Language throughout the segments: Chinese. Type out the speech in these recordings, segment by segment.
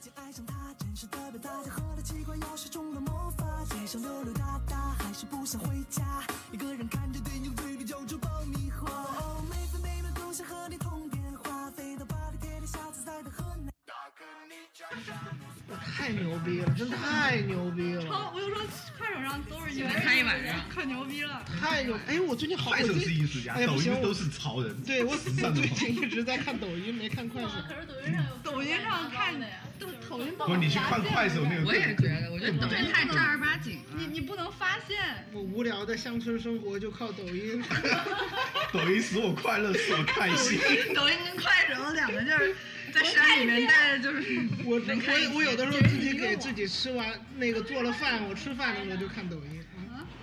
竟爱上他，真是特别大家喝了奇怪药水中的魔法，嘴上溜溜达达，还是不想回家。一个人看着电影，嘴里嚼着爆米花。哦，每分每秒都想和你通电话，飞到巴黎铁塔下次再到河南。太牛逼了，真太牛逼了，超，我就说快手上都是一看一晚上可牛逼了。太牛！哎，我最近好，快手我最是艺术家，哎呀抖不行音都是潮人。对我最近一直在看抖音，没看快手。可是抖音上有抖音上看的呀，都抖音不是你去看快手那个，我也觉得，我觉得抖音太正儿八经你了。你不能发现，我无聊的乡村生活就靠抖 音，抖音使我快乐，使我开心。抖音跟快手两个就是在山里面待着，就是我我能看一集我有的时候自己给自己吃完那个做了饭，我吃饭的时候就哎看抖音。嗯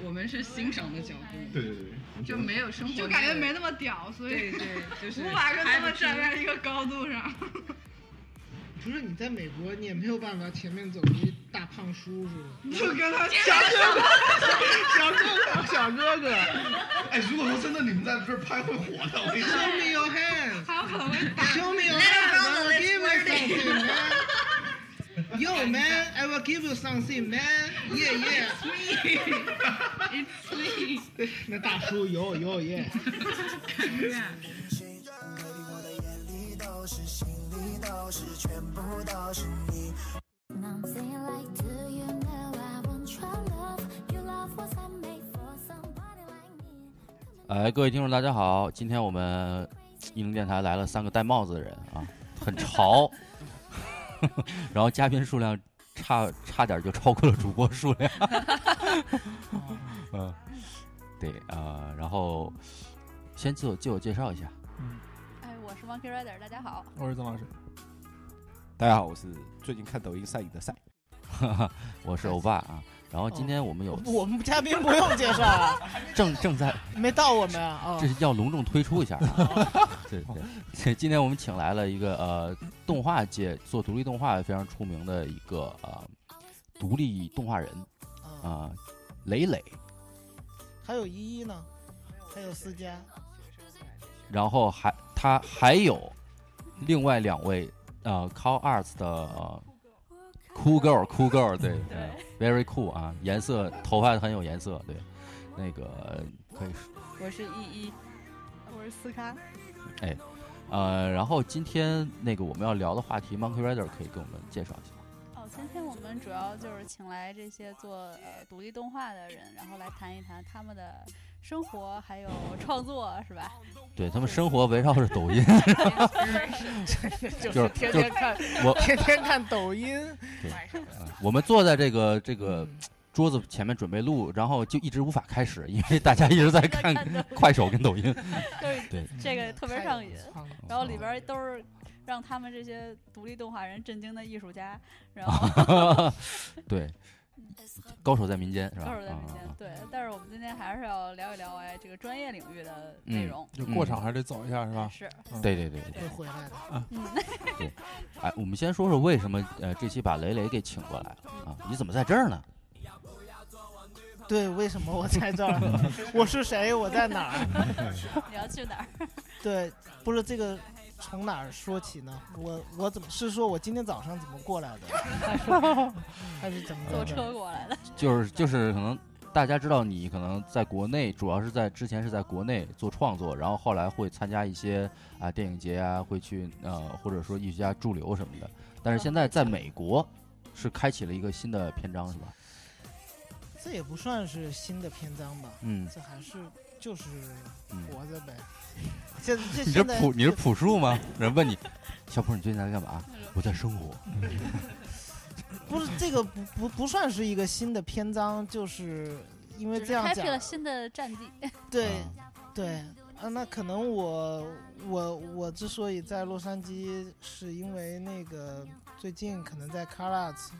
我们是欣赏的角度，对对对，就没有生活，就感觉没那么屌，所对以对，就是无法跟他还们不站在一个高度上。不是你在美国，你也没有办法前面走一大胖叔叔，就跟他小哥哥，小哥哥，小哥哥哎，如果说真的你们在这儿拍会火的，我跟你 说。 ，Show me your hands。还有可能会打 Show me your Little hands, I brother, will let's give you work it. something, man. Yo, man, I will give you something, man. Yeah, yeah. It's 那大叔有有耶， me，谁可以我的眼里都是，心里都是，全部都是你。 Nothing like do you know I want your love? Your love was made for somebody like me. 哎，各位听众，大家好！今天我们一零电台来了三个戴帽子的人啊，很潮。 然后嘉宾数量差差点就超过了主播数量。 嗯，对啊、呃然后先自我自我介绍一下。哎，我是 Monkey Rider，大家好。我是曾老师。大家好，我是最近看抖音赛瘾的赛。 我是欧巴啊。然后今天我们有我们嘉宾不用介绍啊，正正在，没到我们啊这。是要隆重推出一下啊。 对对，今天我们请来了一个呃，动画界做独立动画非常出名的一个呃独立动画人啊，啊、磊磊，还有依依呢，还有思 佳，然后还他还有另外两位呃 Call Arts 的、呃、Cool Girl Cool Girl 对呃 Very Cool 啊，颜色头发很有颜色，对，那个可以我是依依，我是思咖。呃，然后今天那个我们要聊的话题 Monkey Rider 可以给我们介绍一下。哦，今天我们主要就是请来这些做呃独立动画的人，然后来谈一谈他们的生活还有创作，是吧？对他们生活围绕着抖音，就是是天天看，我天天看抖音，我们坐在这个这个桌子前面准备录，然后就一直无法开始，因为大家一直在看快手跟抖音。就是对，这个特别上瘾。苍蝇 然后哦里边儿都是让他们这些独立动画人震惊的艺术家，然后对，高手在民 间是吧？高手在民啊间。对，但是我们今天还是要聊一聊哎这个专业领域的嗯内容。就过场还是得走一下，是吧？是，嗯啊对对对对，会回来的。哎，我们先说说为什么呃这期把雷雷给请过来了啊？你怎么在这儿呢？对，为什么我在 这儿？我是谁？我在哪儿？ 你要去哪 儿？对，不是这个。从哪儿说起呢？我我怎么是说我今天早上怎么过来的，还是怎么坐车过来的？就是就是可能。大家知道你可能在国内，主要是在之前是在国内做创作，然后后来会参加一些啊电影节啊，会去呃或者说艺术家驻留什么的。但是现在在美国是开启了一个新的篇章，是吧？这也不算是新的篇章吧？嗯，这还是就是嗯活着呗。现这你现是在朴你是朴树吗？人问你，小朴你最近在干嘛？我在生活。不是这个不不不算是一个新的篇章，就是因为就是这样开辟了讲，新的战 地。对啊对，啊，那可能我我我之所以在洛杉矶，是因为那个最近可能在 CarArts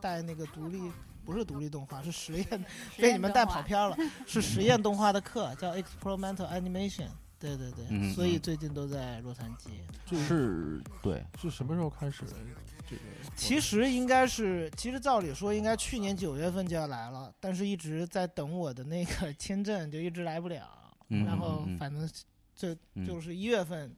带那个独立。不是独立动画，是实验，被你们带跑偏 了。是实验动画的课，叫 experimental animation。对对对，嗯所以嗯最近都在洛杉矶。这是，对，是什么时候开始的？这个其实应该是，其实照理说应该去年九月份就要来了，但是一直在等我的那 个签证，就一直来不了。嗯然后嗯嗯反正就嗯就是一月份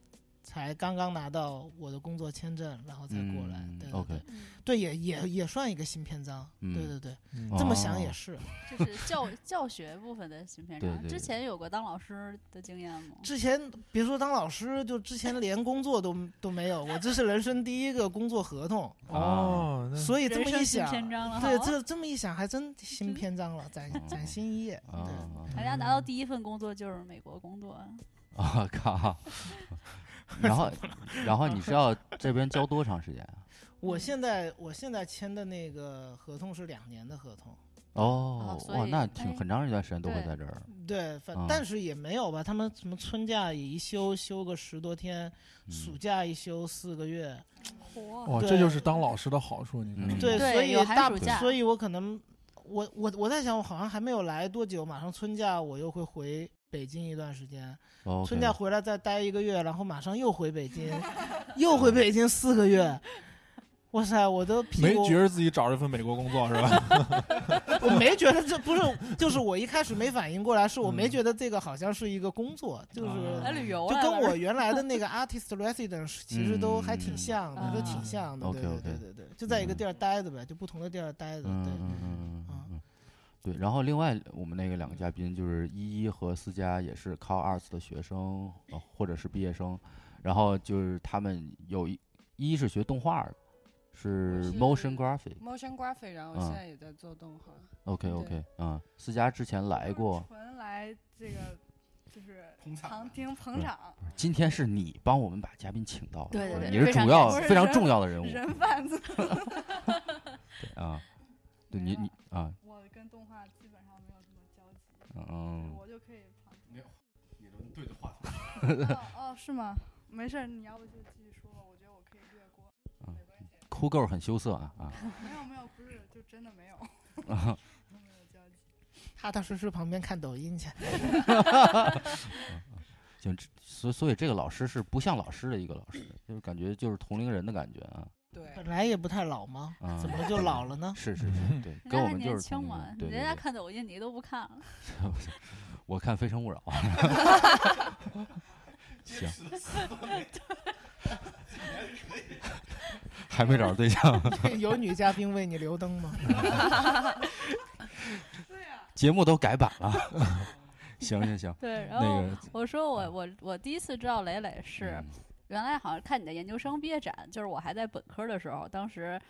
才刚刚拿到我的工作签证，然后才过来。嗯对对对 OK 对，也也也算一个新篇章。嗯对对对，嗯这么想哦也是。这是教教学部分的新篇章。对对对之前有过当老师的经验吗？之前别说当老师，就之前连工作都都没有，我这是人生第一个工作合同。哦那所以这人么生一新想，篇章了对，好嗯这这么一想，还真新篇章了，崭崭新一页。啊大家拿到第一份工作就是美国工作，啊 靠！然后，然后你是要这边教多长时间啊？我现在我现在签的那个合同是两年的合同，哦，所哇，以那挺哎很长一段时间都会对在这儿。对，反、嗯但是也没有吧，他们什么春假也一休休个十多天，暑假一休四个月，对哇，哦这就是当老师的好处，你嗯看。嗯对，所以大部所以以我可能我我我在想，我好像还没有来多久，马上春假我又会回北京一段时间。 OK 春假回来再待一个月，然后马上又回北京，又回北京四个月。哇塞，我都屁没股觉得自己找这份美国工作是 吧？我没觉得这不是，就是我一开始没反应过来，是我嗯没觉得这个好像是一个工作，就是啊来旅游就哎来跟了我原来的那个 artist residence 其实都还挺像的，嗯都挺像的，对 OK 对 OK，对对对，就在一个地儿待着呗，就不同的地儿待着，嗯对，嗯嗯嗯嗯，对。然后另外我们那个两个嘉宾就是依依和思佳，也是 Cal Arts 的学生、呃或者是毕业生。然后就是他们有一一是学动画的，是 motion graphic。 motion graphic，然后嗯现在也在做动画。 OK 对 OK，嗯，思佳之前来过，纯来这个就是嗯捧场旁听捧场，今天是你帮我们把嘉宾请到的，对对对你是非常主要感谢非常重要的人物，人贩子对啊，对你你啊，我跟动画基本上没有什么交集，嗯，我就可以旁听。没有，你能对着话筒。哦哦，是吗？没事儿，你要不就继续说吧，我觉得我可以略过。酷狗很羞涩啊啊没有没有，不是，就真的没有。啊，踏踏实实旁边看抖音去。行，这所以所以这个老师是不像老师的一个老师，就是感觉就是同龄人的感觉啊，本来也不太老嘛啊，怎么就老了呢？是是嗯是，对，人跟家我还们哦就年是轻同龄嘛人，对对人家对，看抖音你都不看了，我看《非诚勿扰》， 行，还没找 着对象。有女嘉宾为你留灯吗？节目都改版 了。行行行，对，然那后个嗯我说我我我第一次知道磊磊是，原来好像看你的研究生毕业展，就是我还在本科的时候，当时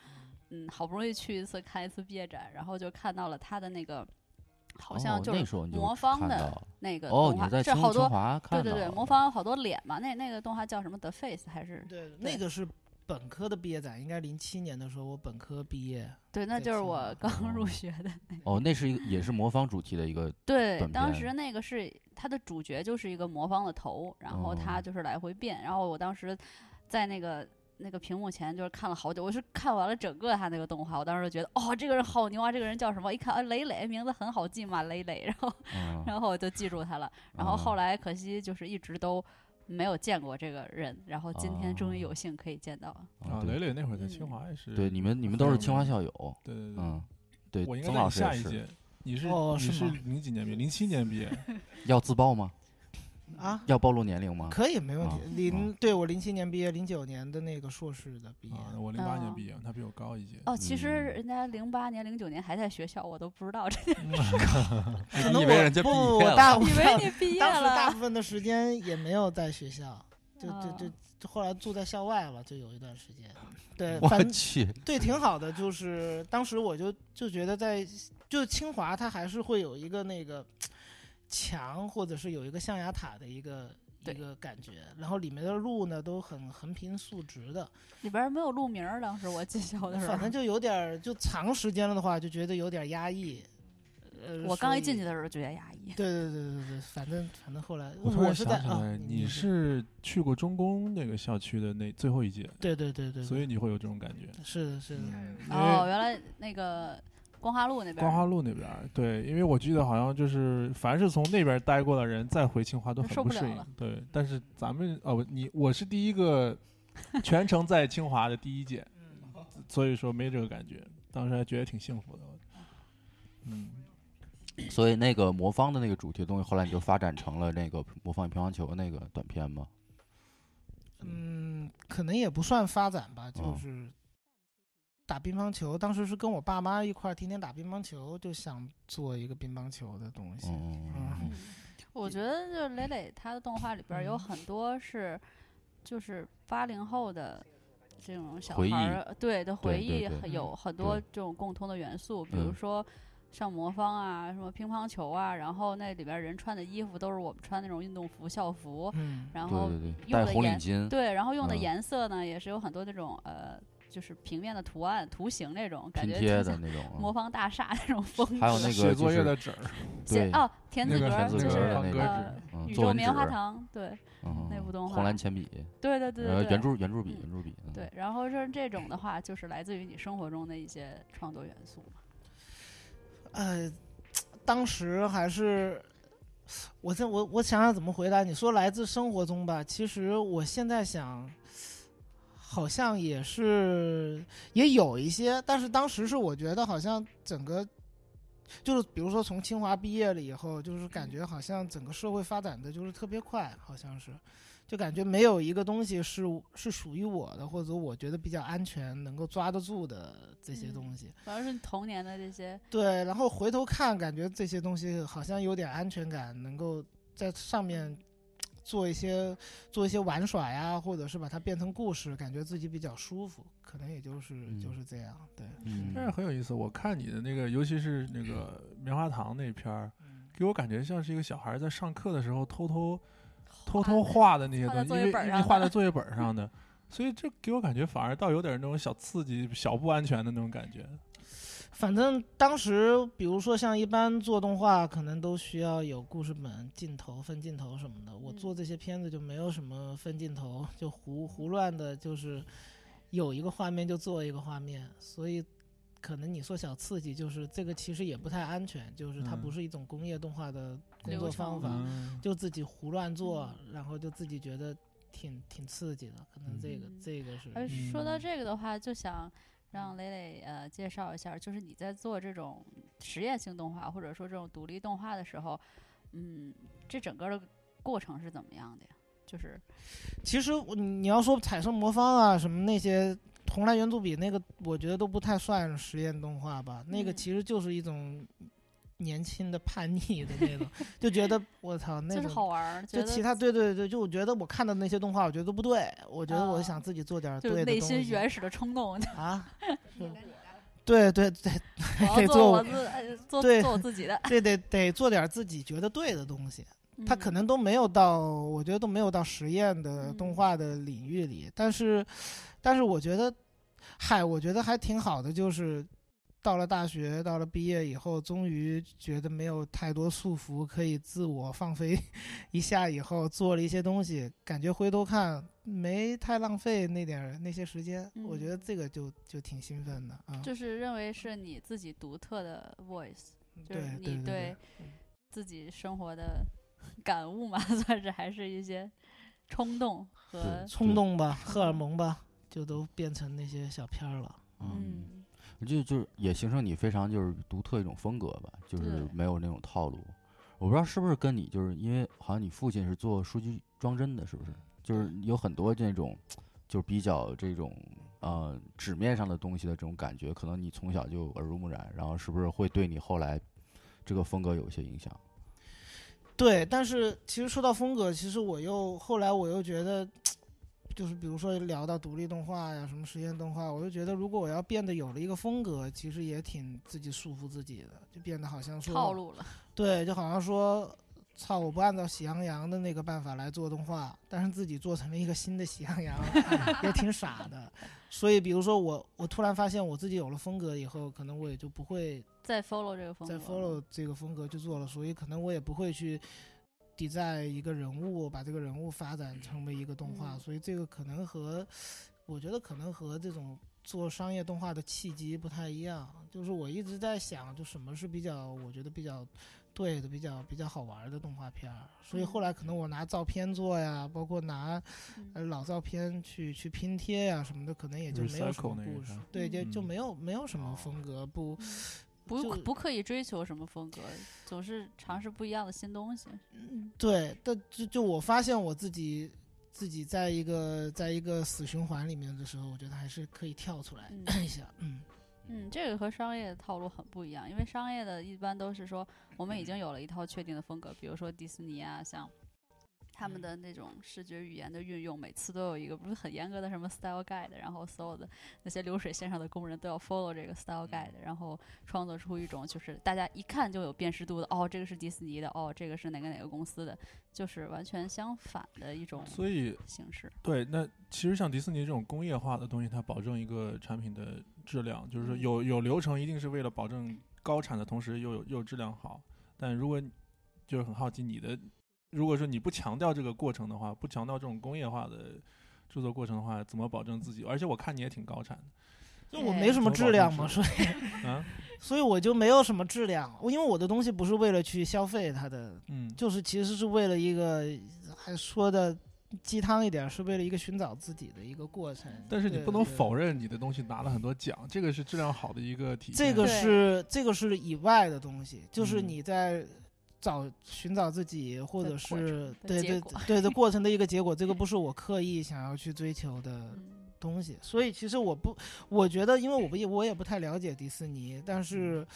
嗯好不容易去一次看一次毕业展，然后就看到了他的那个。好哦像就那是时候你就魔方看到的了那个哦动画，你在这清好多清华对看对对，到魔方有好多脸嘛，那那个动画叫什么？The Face 还是对那个是本科的毕业展，应该零七年的时候我本科毕业。对，那在就是清华我刚入学的那个。哦，那是一个也是魔方主题的 一个对短，当片时那个是它的主角就是一个魔方的头，然后哦他就是来回变，然后我当时在那个那个屏幕前就是看了好久，我是看完了整个他那个动画，我当时就觉得哦，这个人好牛啊，这个人叫什么？一看啊，磊磊，名字很好记嘛，磊磊，然后、哦嗯然后我就记住他了， 然后哦后来可惜就是一直都。没有见过这个人，然后今天终于哦有幸可以见到了。啊，对磊磊那会儿在清华也是。嗯对你们你们都是清华校友，对对对嗯，对，我应该曾在老你师下也一届是，。你是哦你是是吗零几年毕业？零七年毕业。要自曝吗？啊，要暴露年龄吗？可以，没问啊题。零对我零七年毕业，零九年的那个硕士的毕业，啊啊我08哦年毕业，他比我高一届哦，其实嗯人家零八年、零九年还在学校，我都不知道这件事。可能我不，我大部以分为你毕业当时大了 部。分的时间也没有在学校，就就哦就就后来住在校外了，就有一段时间。对，我反正去对，挺好的。就是当时我就就觉得在就清华，它还是会有一个那个墙，或者是有一个象牙塔的一个。一个感觉，然后里面的路呢都很横平竖直的，里边儿没有路名儿，当时我进校的时候，反正就有点儿，就长时间了的话，就觉得有点儿压抑。呃，我刚一进去去的时候觉得压抑。对对对对对，反正反正后来我突我然是想在起啊，来，你是去过中工那个校区的那最后一届，对对对对对嗯所以你会有这种感觉。是的是的，嗯嗯哦，原来那个光华路那边儿，光华路那边儿，对，因为我记得好像就是凡是从那边待过的人，再回清华都很受不了适应了。对，但是咱们哦，不你我是第一个全程在清华的第一届，所以说没这个感觉，当时还觉得挺幸福的。嗯，所以那个魔方的那个主题的东西，后来你就发展成了那个魔方与乒乓球那个短片吗？嗯，可能也不算发展吧，就是打乒乓球。当时是跟我爸妈一块儿天天打乒乓球，就想做一个乒乓球的东西。哦嗯，我觉得就是磊磊他的动画里边儿有很多是，就是八零后的这种小回忆孩儿对的回对对忆对很，有嗯很多对这种共通的元素，比如嗯说。像魔方啊，什么乒乓球啊，然后那里边儿人穿的衣服都是我们穿那种运动服、校服，嗯然对后对对用带的红领颜巾对，然后用的嗯颜色呢、也是有很多那种呃，就是平面的图案、图形那种，感拼觉贴挺的像那种嗯魔方大厦那种风格。还有那个写作就业是的纸儿写对哦，田字那格个儿，田字就格是儿的那个呃纸嗯宇作宙文棉花纸糖，对，嗯那部动画，红蓝铅笔，对对对呃对对圆珠圆珠笔圆珠笔，嗯对，然后就是这种的话，就是来自于你生活中的一些创作元素嘛。呃，当时还是我这我我想想怎么回答。你说来自生活中吧，其实我现在想，好像也是也有一些，但是当时是我觉得好像整个。就是比如说从清华毕业了以后，就是感觉好像整个社会发展的就是特别快，好像是，就感觉没有一个东西是是属于我的，或者我觉得比较安全能够抓得住的这些东西。主要是你童年的这些，对，然后回头看，感觉这些东西好像有点安全感，能够在上面做一些做一些玩耍呀，或者是把它变成故事，感觉自己比较舒服，可能也就是、就是这样。对，嗯嗯但是很有意思，我看你的那个，尤其是那 个棉花糖那篇儿，给我感觉像是一个小孩在上课的时候偷偷偷偷画的那些画在东西，作因业为本儿因为上画在的作业本 儿上的，所以这给我感觉反而倒有点那种小刺激、小不安全的那种感觉。反正当时，比如说像一般做动画，可能都需要有故事本、镜头、分镜头什么的。我嗯做这些片子就没有什么分镜头，就胡胡乱的，就是有一个画面就做一个画面，所以。可能你说小刺激，就是这个其实也不太安全，就是它嗯不是一种工业动画的工流作程方法，嗯就自己胡乱做，然后就自己觉得挺挺刺激的，可能这嗯个、这个是。而呃说嗯到这个的话，就想让磊磊呃介绍一下，就是你在做这种实验性动画或者说这种独立动画的时候，嗯，这整个的过程是怎么样的呀？就是其实我你要说彩色魔方啊什么那些红蓝圆珠笔那个，我觉得都不太算实验动画吧。那个嗯其实就是一种年轻的叛逆的那种，就 觉得我操那就种是好玩儿就觉得其他对对对，就我觉得我看到那些动画，我觉得都不对，我觉得我想自己做点儿哦就是对的内东西。心原始的 冲动 啊，是对对对，我得要做做我自 呃做对做我自己的对得得做点自己觉得对的东西。 嗯他可能都没有到，我觉得都没有到实验的嗯动画的领域里，但是，但是我觉得，嗨，我觉得还挺好的，就是到了大学，到了毕业以后，终于觉得没有太多束缚，可以自我放飞 一下，以后做了一些东西，感觉回头看没太浪费那点儿那些时间，我觉得这个就就挺兴奋的啊。嗯就是认为是你自己独特的 voice，就对是对对你对自己生活的 感悟嘛， 算是还是一些冲动和冲动吧，荷尔蒙吧，就都变成那些小片儿了。嗯，就就是也形成你非常就是独特一种风格吧，就是没有那种套路。我不知道是不是跟你就是因为好像你父亲是做数据装帧的，是不是？就是有很多这种，就是比较这种呃纸面上的东西的这种感觉，可能你从小就耳濡目染，然后是不是会对你后来这个风格有一些影响？对，但是其实说到风格，其实我又后来我又觉得，就是比如说聊到独立动画呀、什么实验动画，我就觉得如果我要变得有了一个风格，其实也挺自己束缚自己的，就变得好像说套路了。对，就好像说，操，我不按照喜羊羊的那个办法来做动画，但是自己做成了一个新的喜羊羊，也挺傻的。所以，比如说我，我突然发现我自己有了风格以后，可能我也就不会再 follow 这个风格再 follow 这个风格去做了，所以可能我也不会去 design 一个人物，把这个人物发展成为一个动画，嗯所以这个可能和我觉得可能和这种做商业动画的契机不太一样。就是我一直在想，就什么是比较我觉得比较对的、比较比较好玩的动画片儿，所以后来可能我拿照片做呀，包括拿嗯呃老照片去去拼贴呀什么的，可能也就没有什 Recycle 么那个故事是吧，对，就就嗯没有没有什么风格不。不就不刻意追求什么风格，总是尝试不一样的新东西。对，但就就我发现我自己自己在一个在一个死循环里面的时候，我觉得还是可以跳出来一下，嗯。嗯，这个和商业的套路很不一样，因为商业的一般都是说我们已经有了一套确定的风格，比如说迪士尼啊，像他们的那种视觉语言的运用，每次都有一个不是很严格的什么 style guide，然后所有的那些流水线上的工人都要 follow 这个 style guide，然后创作出一种就是大家一看就有辨识度的，哦，这个是迪士尼的，哦，这个是哪个哪个公司的，就是完全相反的一种所以形式。对，那其实像迪士尼这种工业化的东西，它保证一个产品的质量，就是说嗯有有流程，一定是为了保证高产的同时又有又有质量好。但如果你就是很好奇你的，如果说你不强调这个过程的话，不强调这种工业化的制作过程的话，怎么保证自己？而且我看你也挺高产的，哎就我没什么质量嘛，所以啊，所以我就没有什么质量，我因为我的东西不是为了去消费它的，嗯就是其实是为了一个，还说的鸡汤一点，是为了一个寻找自己的一个过程。但是你对不能对否认你的东西拿了很多奖，这个是质量好的一个体现。这个是这个是以外的东西，就是嗯你在找寻找自己，或者是的对结对果嗯对的过程的一个结果，这个不是我刻意想要去追求的东西。所以其实我不，我觉得，因为我不也我也不太了解迪士尼，但嗯是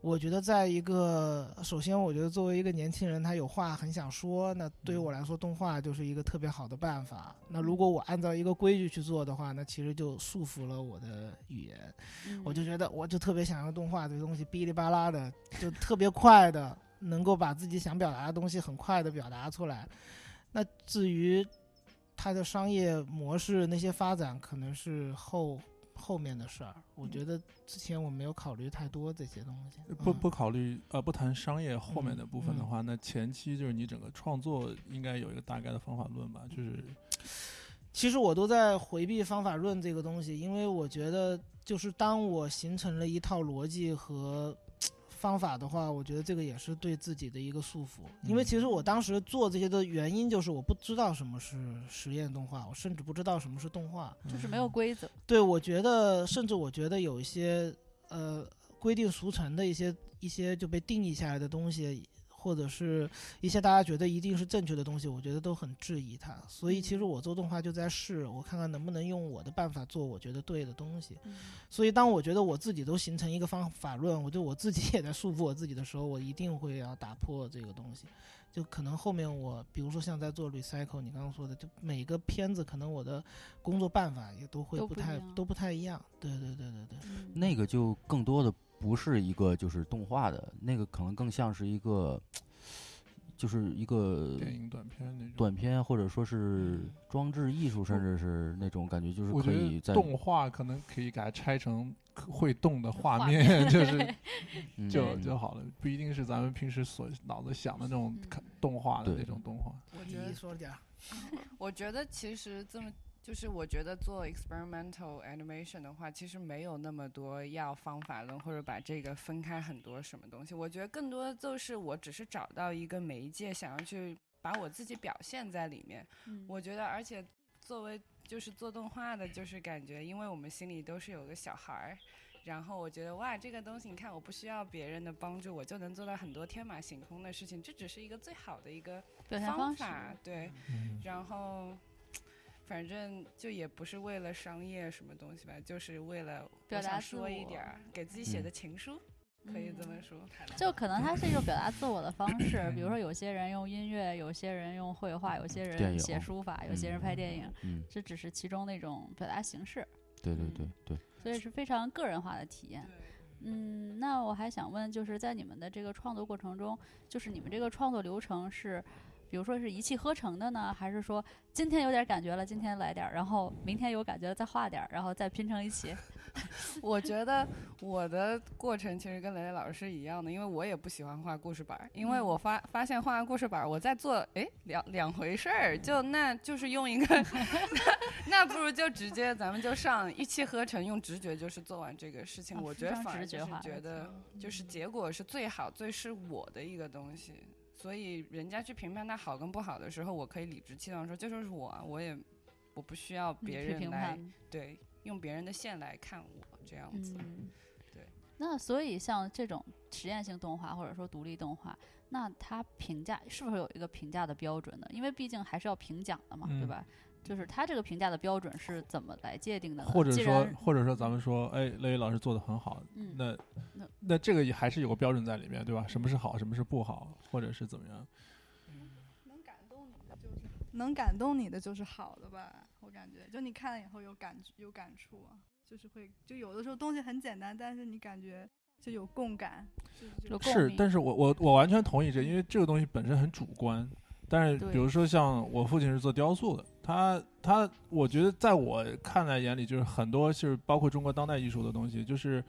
我觉得在一个首先，我觉得作为一个年轻人，他有话很想说，那对于嗯我来说，动画就是一个特别好的办法。那如果我按照一个规矩去做的话，那其实就束缚了我的语言。嗯嗯我就觉得我就特别想要动画这个东西，哔哩吧啦的，就特别快的，能够把自己想表达的东西很快的表达出来。那至于它的商业模式那些发展，可能是后后面的事儿。我觉得之前我没有考虑太多这些东西。不不考虑呃不谈商业后面的部分的嗯话，那前期就是你整个创作应该有一个大概的方法论吧，就是其实我都在回避方法论这个东西，因为我觉得就是当我形成了一套逻辑和方法的话，我觉得这个也是对自己的一个束缚。因为其实我当时做这些的原因就是我不知道什么是实验动画，我甚至不知道什么是动画，就是没有规则。对，我觉得，甚至我觉得有一些呃规定俗成的一些一些就被定义下来的东西，或者是一些大家觉得一定是正确的东西，我觉得都很质疑它。所以嗯其实我做动画就在试，我看看能不能用我的办法做我觉得对的东西。嗯所以当我觉得我自己都形成一个方法论，我就我自己也在束缚我自己的时候，我一定会要打破这个东西。就可能后面我，比如说像在做 recycle，你刚刚说的，就每个片子可能我的工作办法也都会都不不一太样都不太一样。对对对对对，嗯那个就更多的不是一个就是动画的，那个可能更像是一个，就是一个电影短片那种短片啊或者说是嗯装置艺术，甚至是那种感觉，就是我觉可以得在动画可能可以给它拆成可会动的画画面，面 就是嗯就嗯就好了，不一定是咱们平时所脑子想的那嗯种看动画的那种动画。我觉得你说点儿。我觉得其实这么就是，我觉得做 experimental animation 的话，其实没有那么多要方法论或者把这个分开很多什么东西。我觉得更多就是我只是找到一个媒介，想要去把我自己表现在里面。嗯我觉得，而且作为就是做动画的，就是感觉，因为我们心里都是有个小孩儿。然后我觉得哇，这个东西你看，我不需要别人的帮助，我就能做到很多天马行空的事情。这只是一个最好的一个表现方方法，对。嗯然后，反正就也不是为了商业什么东西吧，就是为了表我想达自嗯说一点儿，给自己写的情书，可以这么说。就可能它是一种表达自我的方式，比如说有些人用音乐，有些人用绘画，有些电人影写书法，有些人拍电影，嗯这只是其中的一种表达形式，对对对对。所以是非常个人化的体验。嗯，那我还想问，就是在你们的这个创作过程中，就是你们这个创作流程是，比如说是一气呵成的呢，还是说今天有点感觉了，今天来点儿，然后明天有感觉了再画点儿，然后再拼成一 起？我觉得我的过程其实跟雷雷老师一样的，因为我也不喜欢画故事板儿，因为嗯我发发现画完故事板儿，我在做哎两两回事儿，嗯就那就是用一个 那，那不如就直接咱们就上一气呵成，用直觉就是做完这个事情。啊我非觉得常反而直就觉是化觉的嗯得就是结果是最好、最是我的一个东西。所以人家去评判它好跟不好的时候，我可以理直气壮地说，这就是我啊，我也我不需要别嗯去人评来判嗯 嗯对用别人的线来看我这样子。对，那所以像这种实验性动画或者说独立动画，那它评价是不是有一个评价的标准呢？因为毕竟还是要评奖的嘛，对嗯吧？就是它这个评价的标准是怎么来界定的呢？或者既说然，或者说，咱们说，哎，乐宇老师做的很好，嗯那那那这个也还是有个标准在里面，对吧？什么是好，什么是不好，或者是怎么样？能感动你的就是好的吧，我感觉，就你看了以后有感有感触啊，就是会，就有的时候东西很简单，但是你感觉就有共感，就是这种是，但是我我我完全同意这，因为这个东西本身很主观。但是对比如说像我父亲是做雕塑的，他他我觉得在我看来眼里，就是很多就是包括中国当代艺术的东西，就是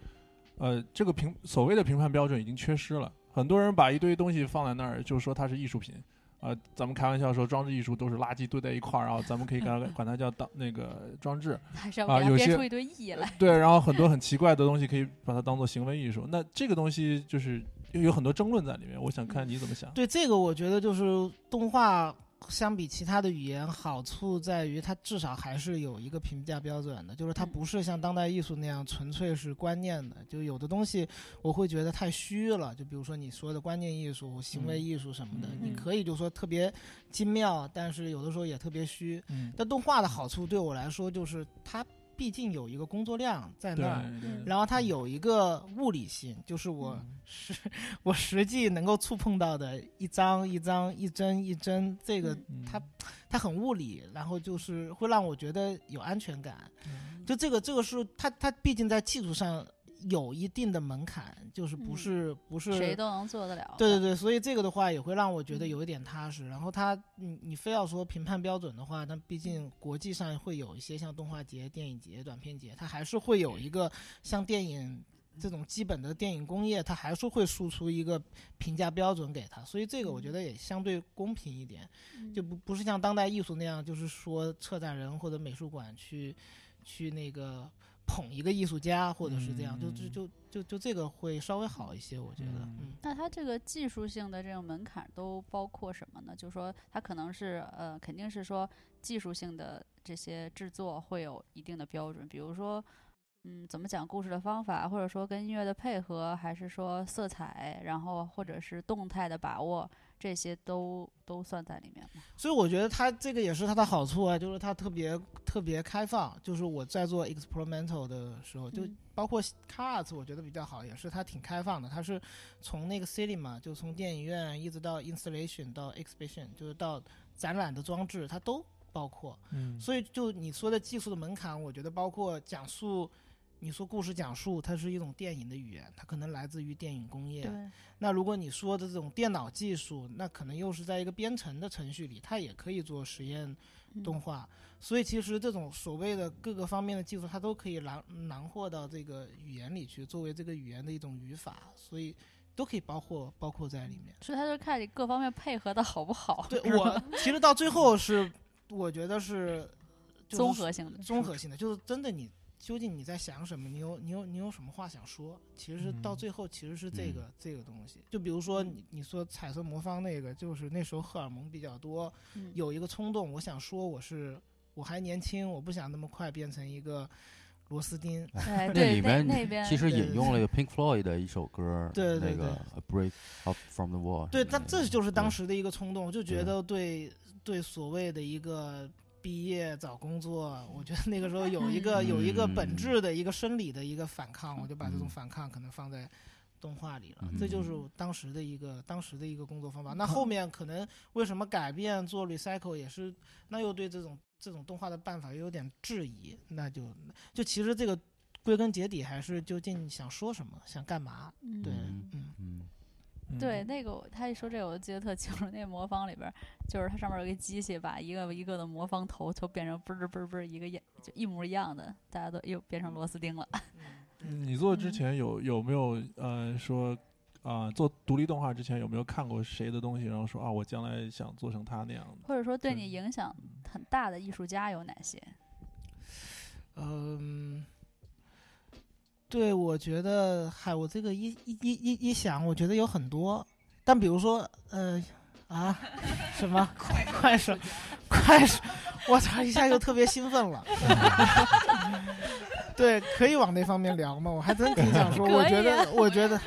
呃这个评所谓的评判标准已经缺失了。很多人把一堆东西放在那儿，就说它是艺术品。呃，咱们开玩笑说装置艺术都是垃圾堆在一块儿，然后咱们可以管它管它叫当那个装置。还是要啊给它有编些出一堆意义来对，然后很多很奇怪的东西可以把它当做行为艺术。那这个东西就是有很多争论在里面，我想看你怎么想。对这个，我觉得就是动画相比其他的语言，好处在于它至少还是有一个评价标准的，就是它不是像当代艺术那样纯粹是观念的。就有的东西我会觉得太虚了，就比如说你说的观念艺术、行为艺术什么的，你可以就说特别精妙，但是有的时候也特别虚。嗯但动画的好处对我来说就是它。毕竟有一个工作量在那儿对嗯对，然后它有一个物理性，就是我是我实际能够触碰到的一张一张、一帧一帧，这个嗯嗯它它很物理，然后就是会让我觉得有安全感。嗯就这个这个是它它毕竟在技术上有一定的门槛，就是不嗯是不呃是谁都能做得了对的对对，所以这个的话也会让我觉得有一点踏实。然后它你你非要说评判标准的话，那毕竟国际上会有一些像动画节、电影节、短片节，它还是会有一个像电影。这种基本的电影工业，它还是会输出一个评价标准给它，所以这个我觉得也相对公平一点，就不不是像当代艺术那样，就是说策展人或者美术馆去去那个捧一个艺术家，或者是这样，就就就就就这个会稍微好一些，我觉得，嗯那它这个技术性的这种门槛都包括什么呢？就是说，它可能是呃，肯定是说技术性的这些制作会有一定的标准，比如说，嗯，怎么讲故事的方法，或者说跟音乐的配合，还是说色彩，然后或者是动态的把握，这些都都算在里面吗？所以我觉得它这个也是它的好处啊，就是它特别特别开放。就是我在做 experimental 的时候，就嗯包括 Cars，我觉得比较好，也是它挺开放的。它是从那个 cinema，就从电影院一直到 installation 到 exhibition，就是到展览的装置，它都包括。嗯所以就你说的技术的门槛，我觉得包括讲述。你说故事讲述，它是一种电影的语言，它可能来自于电影工业对。那如果你说的这种电脑技术，那可能又是在一个编程的程序里，它也可以做实验嗯动画。所以其实这种所谓的各个方面的技术，它都可以囊囊括到这个语言里去，作为这个语言的一种语法，所以都可以包括包括在里面。所以它就看你各方面配合的好不好。 对是我吧其实到最后是，我觉得是就是综合性的综合性的，就是真的你究竟你在想什么，你有你有你有什么话想说？其实到最后其实是这个、这个东西。就比如说你你说彩色魔方那个，就是那时候荷尔蒙比较多，嗯有一个冲动，我想说我是我还年轻，我不想那么快变成一个螺丝钉。哎那里面你其实对引用了有 Pink Floyd 的一首歌，对对那个《A Break Up from the Wall》。对，但这就是嗯当时的一个冲动，我就觉得对对所谓的一个毕业找工作，我觉得那个时候有一个有一个本质的一个生理的一个反抗，我就把这种反抗可能放在。动画里了，这就是我当时的一个当时的一个工作方法。那后面可能为什么改变做 recycle 也是，那又对这种这种动画的办法又有点质疑，那就就其实这个归根结底还是究竟想说什么，想干嘛？对，嗯嗯。对，那个我他一说这个，我就记得特清楚。那个魔方里边儿，就是它上面有一个机器，把一个一个的魔方头就变成嘣儿嘣儿嘣儿一个样，就一模一样的，大家都又变成螺丝钉了。 嗯你做之前有有没有呃说啊、做独立动画之前有没有看过谁的东西，然后说啊我将来想做成他那样 的？或者说对你影响很大的艺术家有哪些？嗯，对，我觉得，嗨，我这个一一一一一想，我觉得有很多，但比如说，呃，啊，什么快手，快手，我操，一下就特别兴奋了。 对，可以往那方面聊吗？我还真挺想说，我觉可以啊得，我觉得。哎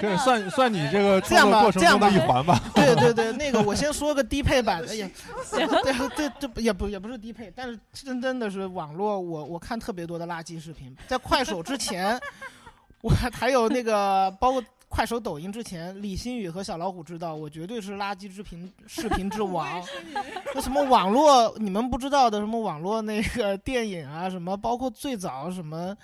可以算算你这个这样创作吧，过这程样吧中的一环吧。 对对对，那个我先说个低配版 的，也行 对对对，也不也不是低配，但是真真的是网络我，我看特别多的垃圾视频，在快手之前，我还有那个包括。快手、抖音之前，李新宇和小老虎知道，我绝对是垃圾视频视频之王。那什么网络，你们不知道的什么网络那个电影啊，什么包括最早什么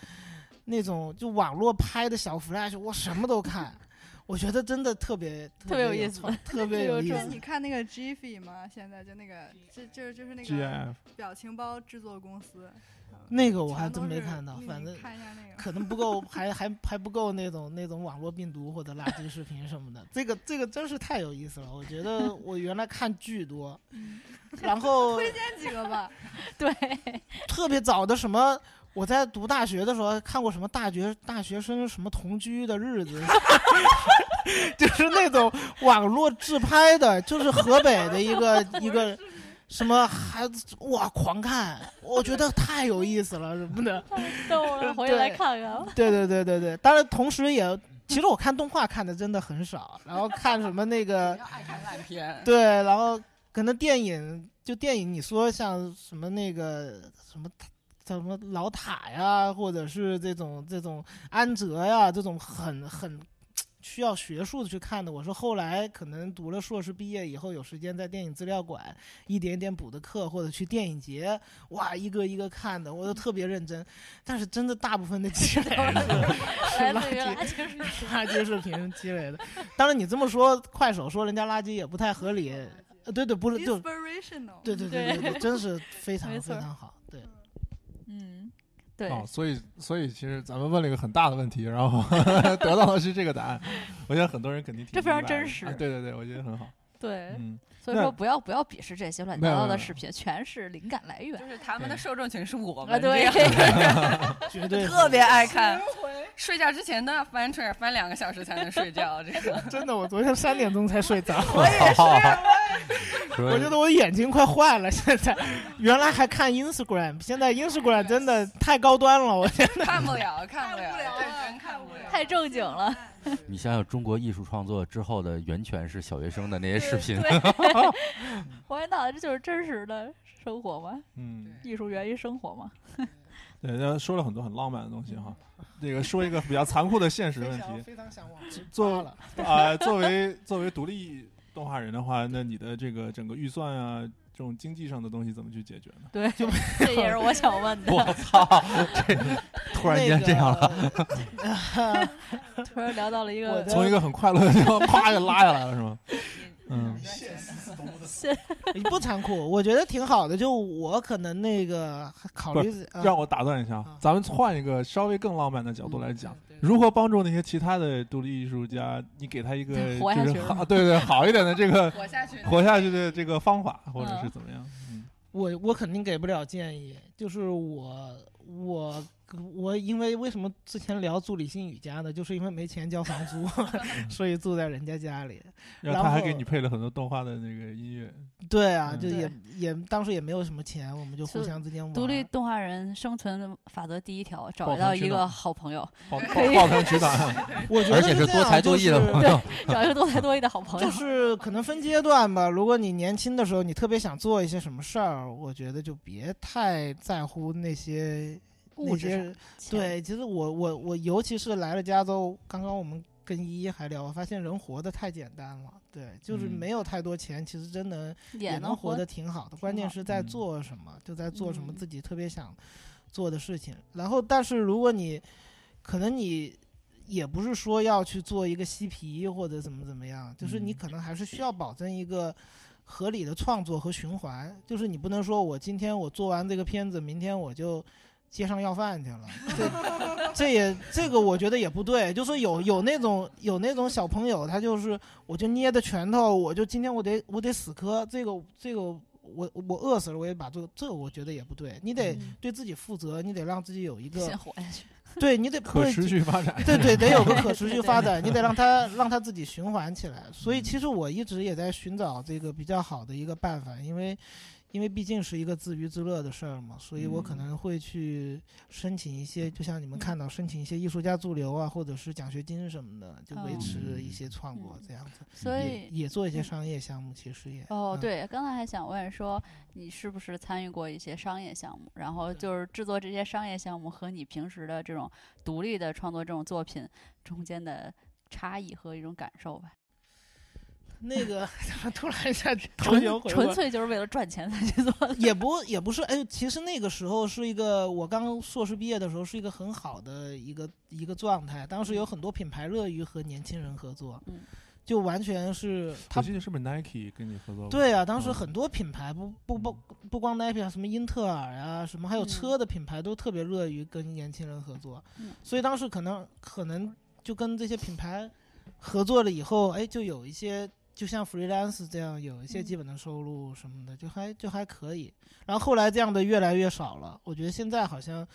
那种就网络拍的小 flash，我什么都看，我觉得真的特别特别有意思思， 特别有意那思你。看那个 Jiffy 吗？现在就那个，就就就是那 GIF 个表情包制作公司。那个我全还都真没是看到你，反正看一下那个可能不够，还还还不够那种那种网络病毒或者垃圾视频什么的。这个这个真是太有意思了，我觉 得我原来看巨多，嗯然后 推荐几个吧。 特别早的什么，我在读大学的时候看过什么大学大学生什么同居的日 子， 就是那种网络自拍的，就是河北的一 个一个什么孩子哇狂看，我觉得太有意思了什么的。逗我回去来看看。 对对对对对，当然同时也，其实我看动画看的真的很少，然后看什么那个烂 片。对，然后可能电影就电影，你说像什么那个什么塔什么老塔呀，或者是这种这种安哲呀，这种很很。需要学术的去看的，我是后来可能读了硕士毕业以后，有时间在电影资料馆一点一点补的课，或者去电影节，哇，一个一个看的，我都特别认真。但是真的大部分的 积累是来垃自于圾垃圾视频垃圾视频积累的。当然，你这么说，快手说人家垃圾也不太合理。呃，对对，不是就 Inspirational。对对对对，对真是非常没非错常好。对，嗯，对，哦，所以所以其实咱们问了一个很大的问题，然后得到的是这个答案。我觉得很多人肯定挺这非常意外的真实啊对对对，我觉得很好。对，嗯所以说那不要不要鄙视这些乱七没八有糟没的有视频，全是灵感来源。就是他们的受众群是我啊，们这对样， 绝对是特别爱 看，睡觉之前都要翻出来翻两个小时才能睡觉，这 个。真的，我昨天三点钟才睡着。我 也 是我觉得我眼睛快坏了，现在原来还看 Instagram，现在 Instagram 真的太高端了，我现在看不了，看不了，认真看不了，太正经 了。你想想中国艺术创作之后的源泉是小学生的那些视频，对，我也脑这就是真实的生活嘛，嗯，艺术源于生活嘛。对，然后说了很多很浪漫的东西哈。这个说一个比较残酷的现实 问题，非常想往做啊、呃作为作为独立动画人的话，那你的这个整个预算啊，这种经济上的东西怎么去解决呢？对，这也是我想问的。我操这突然间这样了，突然聊到了一我个的从一个很快乐的地方 啪就拉下来了是吗？嗯， 你不残酷，我觉得挺好的。就我可能那个考不虑是，啊让我打断一下，咱们换一个稍微更浪漫的角度来讲，如何帮助那些其他的独立艺术家，你给他一个活下就去是了好，对对，好一点的这 个活下去的活下去的这个方法，或者是嗯怎么样？嗯，我我肯定给不了建议，就是我我我因为为什么之前聊住李新宇家呢？就是因为没钱交房租， 嗯所以住在人家家里。然后他还给你配了很多动画的那个音乐，对啊，嗯就也也当时也没有什么钱，我们就互相之间玩。独立动画人生存法则第一条，找抱到团一取个暖好朋友抱，可以抱团 取暖我觉得而且是这样多才多艺的就是朋友对找一个多才多艺的 好朋友就。是可能分阶段吧。如果你年轻的时候，你特别想做一些什么事儿，我觉得就别太在乎那些物那质上些。对，其实我我我，尤其是来了加州，刚刚我们跟依依还聊，我发现人活得太简单了。对，就是嗯没有太多钱，其实真能也能能活活得挺好的。关键好是在嗯做什么，就在做什么嗯自己特别想做的事情。然后，但是如果你可能你也不是说要去做一个嬉皮或者怎么怎么样，就是嗯你可能还是需要保证一个合理的创作和循环。就是你不能说我今天我做完这个片子，明天我就街上要饭去了，这这也这个我觉得也不对。就是有有那种有那种小朋友，他就是我就捏着拳头，我就今天我得我得死磕，这个这个我我饿死了我也把这个这个我觉得也不对，你嗯得对自己负责，你得让自己有一个先活下去。对你得可会持续发展 对 对，得有个可持续对发展，你得让它让它自己循环起来。所以其实我一直也在寻找这个比较好的一个办法，因为因为毕竟是一个自娱自乐的事儿嘛，所以我可嗯能会去申请一些，就像你们看到申请一些艺术家驻留啊，或者是奖学金什么的，就维哦持一些创作这样子。所也以也做一些嗯商业项目，其实也哦，嗯对，刚才还想问说，你是不是参与过一些商业项目？然后就是制作这些商业项目和你平时的这种独立的创作这种作品中间的差异和一种感受吧。那个 怎么突然一下头 纯型回过纯来粹就是为了赚钱才去做 的。也不也不是，哎，其实那个时候是一个我刚硕士毕业的时候是一个很好的一个一个状态，当时有很多品牌乐于和年轻人合作，嗯就完全是我记得是不是 Nike 跟你合作过？对啊，当时嗯很多品牌不不不不光 Nike 啊，什么英特尔呀、什么还有车的品牌都特别乐于跟年轻人合作，嗯所以当时可能可能就跟这些品牌合作了以后，哎，就有一些就像 freelance 这样有一些基本的收入什么的，就还就还可以。然后后来这样的越来越少了，我觉得现在好像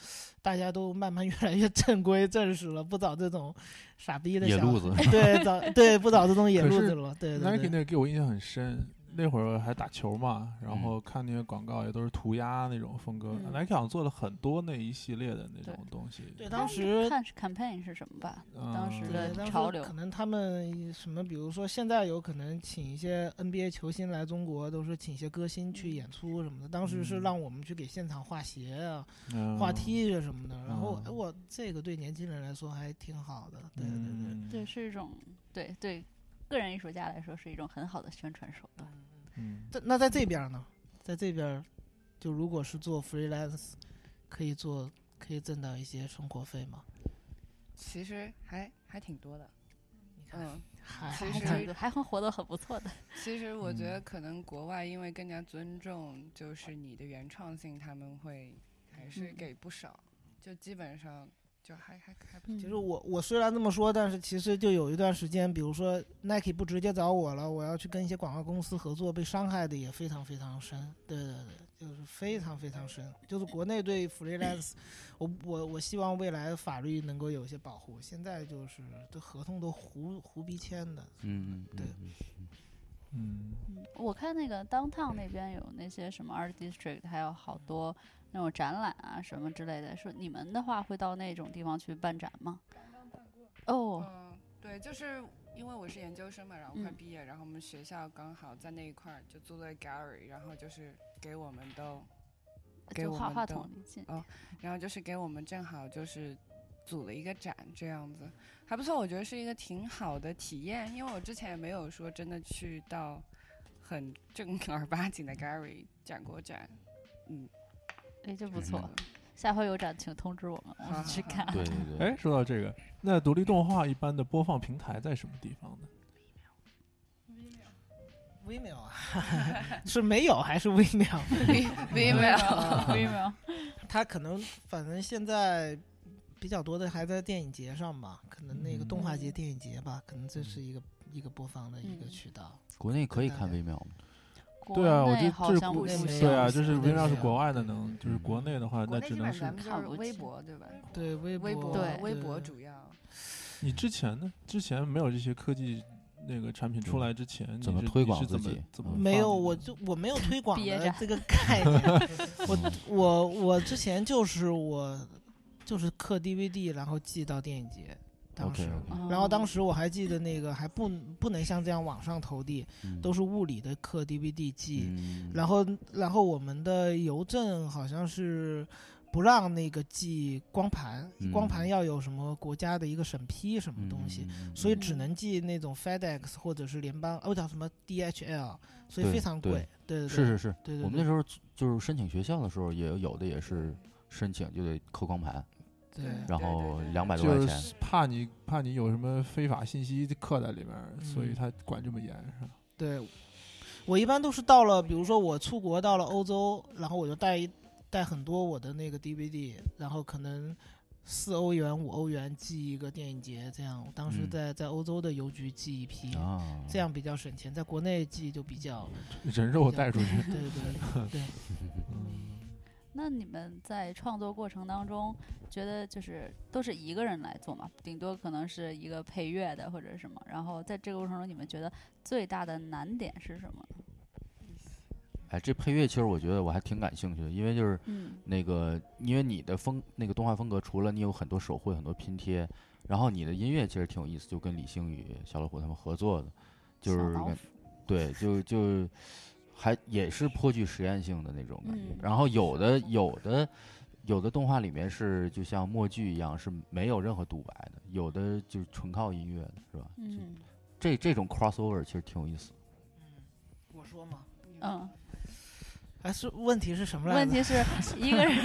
大家都慢 慢越来越正规正式了，不找这种傻逼的野小路子 对，找对不找这种野可路是子了，对对对。 Nike 那个给我印象很深，那会儿还打球嘛，然后看那些广告也都是涂鸦那种风格。嗯 Nike 好像做了很多那一系列的那种东西。嗯对看当时看是 campaign 是什么吧？当时对，的当潮时流可能他们什么，比如说现在有可能请一些 NBA 球星来中国，都是请一些歌星去嗯演出什么的。当时是嗯让我们去给现场画鞋啊、嗯画 T 恤什么的。然后，哎，嗯我这个对年轻人来说还挺好的。对对对。嗯对，是一种对对个人艺术家来说是一种很好的宣传手段。嗯但那在这边呢，在这边儿，就如果是做 freelance，可以做，可以挣到一些生活费吗？其实还还挺多的。嗯，还其还挺实多还会活得很不错的。其实我觉得嗯可能国外因为更加尊重就是你的原创性，他们会还是嗯给不少，就基本上就还还还不其实我我虽然这么说，但是其实就有一段时间，比如说 Nike 不直接找我了，我要去跟一些广告公司合作，被伤害的也非常非常深。对对对，就是非常非常深。就是国内对 freelance，我我我希望未来法律能够有一些保护。现在就是这合同都胡胡逼签的，嗯，对，嗯，我看那个 downtown 那边有那些什么 art district，还有好多那种展览啊什么之类的。说你们的话会到那种地方去办展吗？哦，嗯，对，就是因为我是研究生嘛，然后快嗯毕业，然后我们学校刚好在那一块儿就租了 gallery，然后就是给我们都给就我话们话都筒离近哦，然后就是给我们正好就是组了一个展这样子，还不错，我觉得是一个挺好的体验，因为我之前也没有说真的去到很正儿八经的 gallery 展过展，嗯，哎，这不错。下回有展请通知我们，我们去看。对对对。哎，说到这个，那独立动画一般的播放平台在什么地方呢？微秒啊， 是没有还是微秒 Vimeo Vimeo 他可能反正现在比较多的还在电影节上吧，可能嗯那个动画节、电影节吧，可能这是一个一个播放的一嗯个渠道。国内可以看微妙吗？对啊，我觉得好这像不国行对啊，就是国内微妙是没有国外的能，就是国内的话，国那内只基能本上是咱们就看是不微起博对吧？对微微博博对微对博对主要。你之前呢？之前没有这些科技那个产品出来之前，嗯怎么你是推广你是怎自么己嗯怎么没有，发我就我没有推广憋的着这个概念。嗯我我我之前就是我就是刻 DVD，然后寄到电影节。当时啊哦 OK，OK 然后当时我还记得那个还不不能像这样网上投递，嗯都是物理的刻 DVD 寄，嗯然后然后我们的邮政好像是不让那个寄光盘，嗯光盘要有什么国家的一个审批什么东西，所以只能寄那种 FedEx 或者是联邦哦叫什么 DHL，所以对非常贵。对对，是是是，对对。我们那时候就是申请学校的时候，也有的也是申请就得刻光盘，对然后两百多块就钱，是怕你怕你有什么非法信息刻在里面，所以嗯他管这么严， 是吧？对，我一般都是到了，比如说我出国到了欧洲，然后我就带一带很多我的那个 DVD，然后可能四欧元、五欧元寄一个电影节，这样。我当时嗯在、在欧洲的邮局寄一批，啊这样比较省钱，在国内寄就比较。人肉带出去 对对对对。那你们在创作过程当中，觉得就是都是一个人来做嘛？顶多可能是一个配乐的或者什么。然后在这个过程中，你们觉得最大的难点是什么？哎，这配乐其实我觉得我还挺感兴趣的，因为就是嗯那个，因为你的风那个动画风格，除了你有很多手绘、很多拼贴，然后你的音乐其实挺有意思，就跟李星宇、小老虎他们合作的，就是小老感虎对，就就还也是颇具实验性的那种感觉。嗯然后有的有的有的动画里面是就像默剧一样是没有任何独白的，有的就是纯靠音乐的，是吧？嗯，这这种 crossover 其实挺有意思的。我说嘛，嗯，还哎是问题是什么来着？问题 是一个人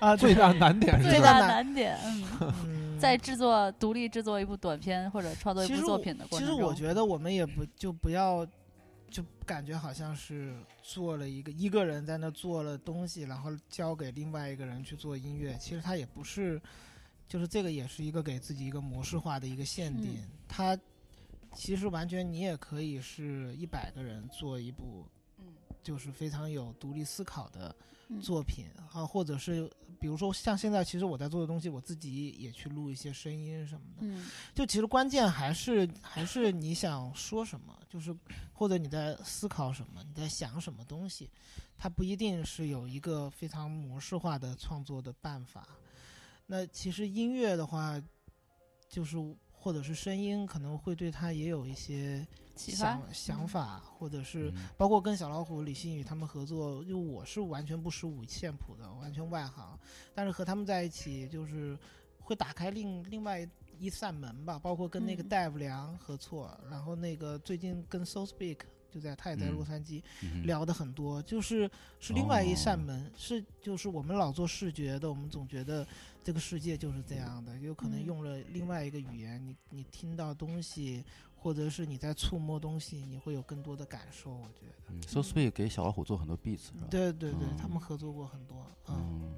啊，对最大难点是最最大大难难点， 嗯，在制作独立制作一部短片或者创作一其实部作我品的过其程实中，我觉得我们也不就不要，就感觉好像是做了一个一个人在那做了东西，然后交给另外一个人去做音乐。其实他也不是，就是这个也是一个给自己一个模式化的一个限定。嗯他其实完全你也可以是一百个人做一部，就是非常有独立思考的嗯作品、啊，或者是比如说像现在，其实我在做的东西，我自己也去录一些声音什么的。嗯就其实关键还是还是你想说什么，就是或者你在思考什么，你在想什么东西，它不一定是有一个非常模式化的创作的办法。那其实音乐的话，就是或者是声音，可能会对他也有一些启发想想嗯法，或者是包括跟小老虎、李新宇他们合作，因为我是完全不识五线谱的，完全外行，但是和他们在一起就是会打开另另外一扇门吧。包括跟那个嗯戴夫良合作，然后那个最近跟 So Speak 就在他也在嗯洛杉矶、嗯哼聊的很多，就是是另外一扇哦门，是就是我们老做视觉的，我们总觉得这个世界就是这样的，有可能嗯用了另外一个语言，你你听到东西，或者是你在触摸东西，你会有更多的感受。我觉得，嗯，So Speak 给小老虎做很多 beats，是吧？对对对，他嗯们合作过很多。嗯，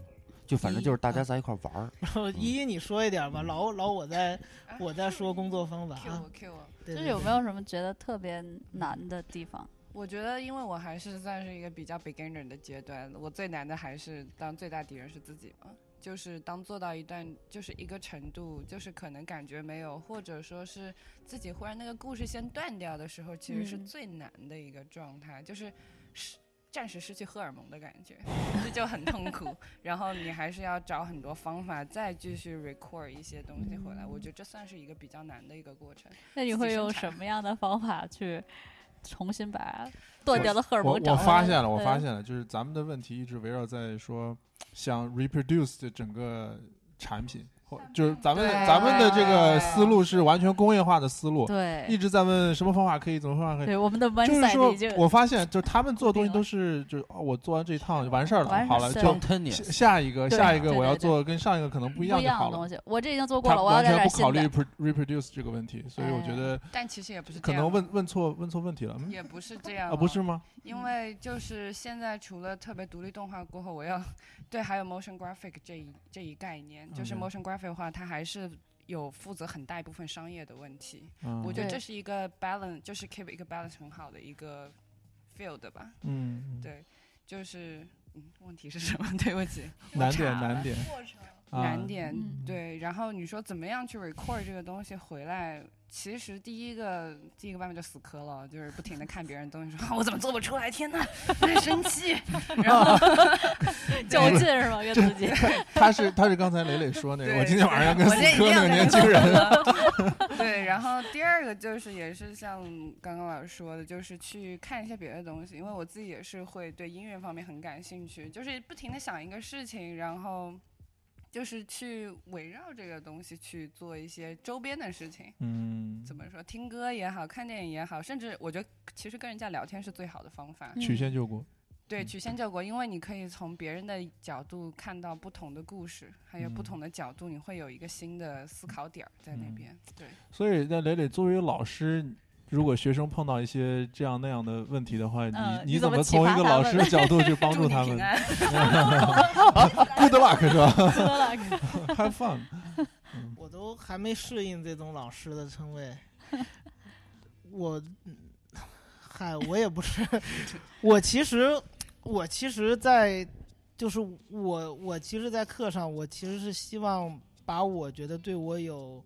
就反正就是大嗯家在一块儿玩儿。然后依依，你说一点嗯吧，老老我在我在说工作方法啊。 Q 啊我 Q 我，对就是对有对没有什么觉得特别难的地方？我觉得，因为我还是算是一个比较 beginner 的阶段，我最难的还是当最大敌人是自己嘛，就是当做到一段就是一个程度，就是可能感觉没有，或者说是自己忽然那个故事线断掉的时候，其实是嗯最难的一个状态，就是失暂时失去荷尔蒙的感觉， 这就很痛苦。然后你还是要找很多方法再继续 record 一些东西回来，我觉得这算是一个比较难的一个过程。那你自己会生用产什么样的方法去重新把断掉的荷尔我蒙找我回发来现了，我发对现了，就是咱们的问题一直围绕在说想 reproduce 这整个产品，或就是咱们对咱们的这个思路是完全工业化的思路，对一直在问什么方法可以，怎么方法可以。对我们的就 mindset 是说已经，我发现就是他们做的东西都是就是哦，我做完这一趟就完事儿了，完事儿好了，对就下下一个对下一个对我要对对做跟上一个可能不不一样就样好的了东。西，我这已经做过他了，我要完再全点不新考虑的。 repro- reproduce 这个问题，所以我觉得，但其实也不是这可能样问问错问错问题了，嗯也不是这样、啊不是吗？因为就是现在除了特别独立动画过后，我要对还有 motion graphic 这一这一概念，就是 OK motion graphic 的话，它还是。有负责很大一部分商业的问题，嗯我觉得对这是一个 balance，就是 keep 一个 balance 很好的一个 field 吧。嗯嗯对，就是嗯，问题是什么？ 对不起，难点岔了难点 啊难点嗯对。然后你说怎么样去 record 这个东西回来？其实第一个第一个办法就死磕了，就是不停的看别人东西说，啊我怎么做不出来？天哪， 很生气。然后 较劲嗯是 吗？跟自己。他是他是刚才磊磊说那个，对我今天晚上要跟我死这一磕那定要个跟年他轻人。 对，然后第二个就是也是像刚刚老师说的，就是去看一些别的东西，因为我自己也是会对音乐方面很感兴趣，就是不停的想一个事情，然后就是去围绕这个东西去做一些周边的事情。嗯，怎么说？听歌也好看电影也好，甚至我觉得其实跟人家聊天是最好的方法。曲线救国，对，曲线救国，因为你可以从别人的角度看到不同的故事，还有不嗯同的角度，你会有一个新的思考点儿在那嗯边。对，所以那磊磊作为老师。如果学生碰到一些这样那样的问题的话，你嗯你你怎怎么么从一启个发他老师的们角度去帮祝 助你他平们安？Good luck 是吧 Good luck ？Have fun。我都还没适应这种老师的称 谓。我，嗯嗨，我也不 是，我其实，我其实在，就是我，我其实，在课上，我其实是希望把我觉得对我有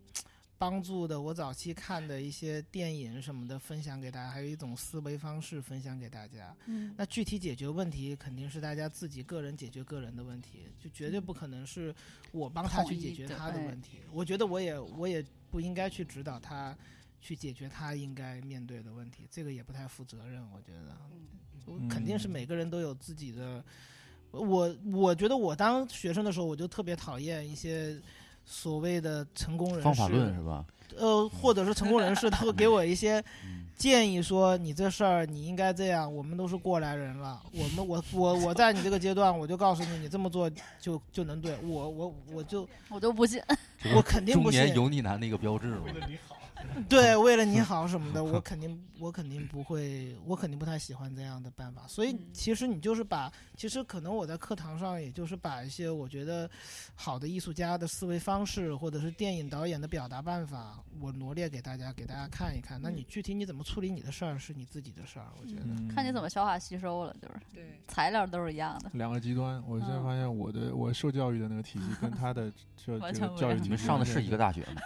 帮助的我早期看的一些电影什么的分享给大家，还有一种思维方式分享给大家。 嗯那具体解决问题肯定是大家自己个人解决个人的问题，就绝对不可能是我帮他去解决他的问题统一。我觉得我也我也不应该去指导他去解决他应该面对的问题，这个也不太负责任。我觉得，嗯我嗯肯定是每个人都有自己的。我我觉得我当学生的时候，我就特别讨厌一些所谓的成功人士方法论是吧？呃，或者是成功人士，他会给我一些嗯建议，说你这事儿你应该这样。我们都是过来人了，我们我我我在你这个阶段，我就告诉你，你这么做就就能对我我我就我就不信，嗯我肯定中不年嗯信。油腻男的一个标志嘛。对，为了你好什 么的，我肯定我肯定不会，我肯定不太喜欢这样的办法。所以其实你就是把，其实可能我在课堂上，也就是把一些我觉得好的艺术家的思维方式，或者是电影导演的表达办法，我罗列给大家，给大家看一看。那你具体你怎么处理你的事儿，是你自己的事儿，我觉得。嗯看你怎么消化吸收了，就是对材料都是一样的。两个极端，我现在嗯发现我的我受教育的那个体系 跟他的这完这全个不一教育样体系你们上完的全是一个大学吗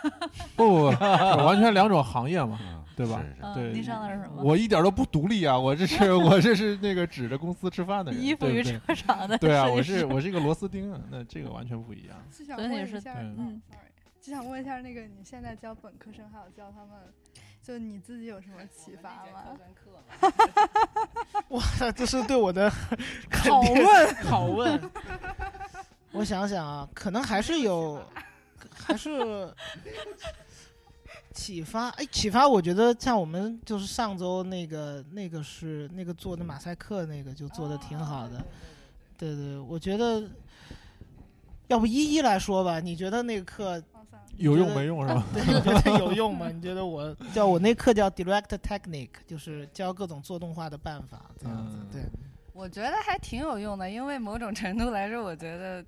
不不不，完全两种行 业嘛，对吧？嗯对，你上的是什么我一点都不独立啊，我 这是我这是那个指着公司吃饭的人，依附对于不对车厂的 对啊，设计我师是我是一个螺丝钉啊，那这个完全不一样。就想所以你问是一下，对嗯，sorry，就想问一下那个你现在教本科生还有教他们，就你自己有什么启发吗？哇， 这是对我的肯 拷定问拷问。 我想想啊，可能还是有，还是启发。哎，启发，我觉得像我们就是上周那个那个是那个做的马赛克那个就做的挺好的。对对，我觉得，要不一一来说吧？你觉得那个课 哦有用没用是吧 对，你觉得有用吗？你觉得我叫我那课叫 Direct Technique，就是教各种做动画的办法，这样子。对，我觉得还挺有用的，因为某种程度来说，我觉得，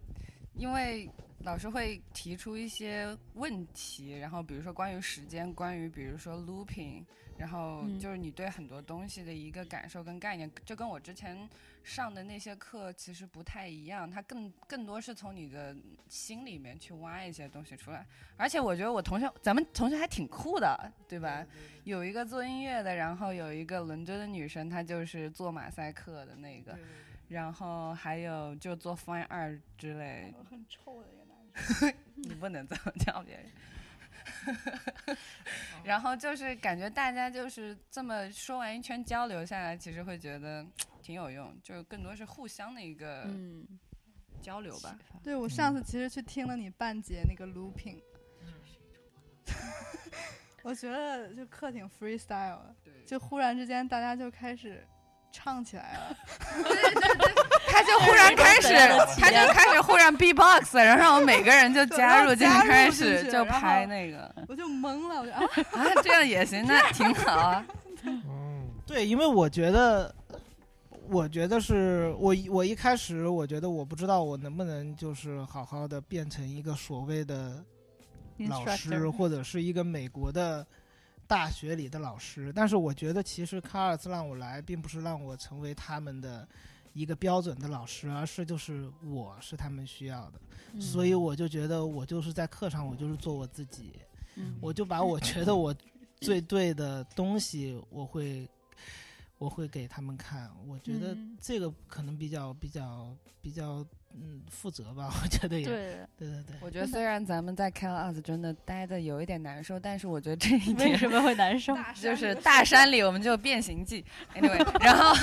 因为老师会提出一些问题，然后比如说关于时间，关于比如说 looping，然后嗯就是你对很多东西的一个感受跟概念，就跟我之前上的那些课其实不太一样，它更更多是从你的心里面去挖一些东西出来。而且我觉得我同学，咱们同学还挺酷的，对吧？有一个做音乐的，然后有一个伦敦的女生，她就是做马赛克的那个，然后还有就做 fine art 之类。我很臭的一个男生。你不能这么叫别人。 然后就是感觉大家就是这么说完一圈交流下来，其实会觉得挺有用，就更多是互相的一个嗯 交流吧。对，我上次其实去听了你半节那个 looping，我觉得就课挺 freestyle 的，就忽然之间大家就开始唱起来了，，他就忽然开始他就开始忽然 B-box，然后我们每个人就对加入然后进加去，入开进始去就然后拍那个。我就懵了，我就啊啊，这样也行，那挺好啊。嗯对，因为我觉得，我觉得是我一我一开始我觉得我不知道我能不能就是好好的变成一个所谓的嗯老师 Instructor 嗯或者是一个美国的大学里的老师，但是我觉得其实卡尔斯让我来，并不是让我成为他们的一个标准的老师，而是就是我是他们需要的，嗯所以我就觉得我就是在课上我就是做我自己，我就把我觉得我最对的东西，我会我会给他们看。我觉得嗯这个可能比较比较比较嗯负责吧，我觉得也对对对对。 我觉得虽然咱们在 Cal Us 真的待的有一点难受，但是我觉得这一点嗯为什么会难受 就是大山里我们就有变形记，anyway，然 后，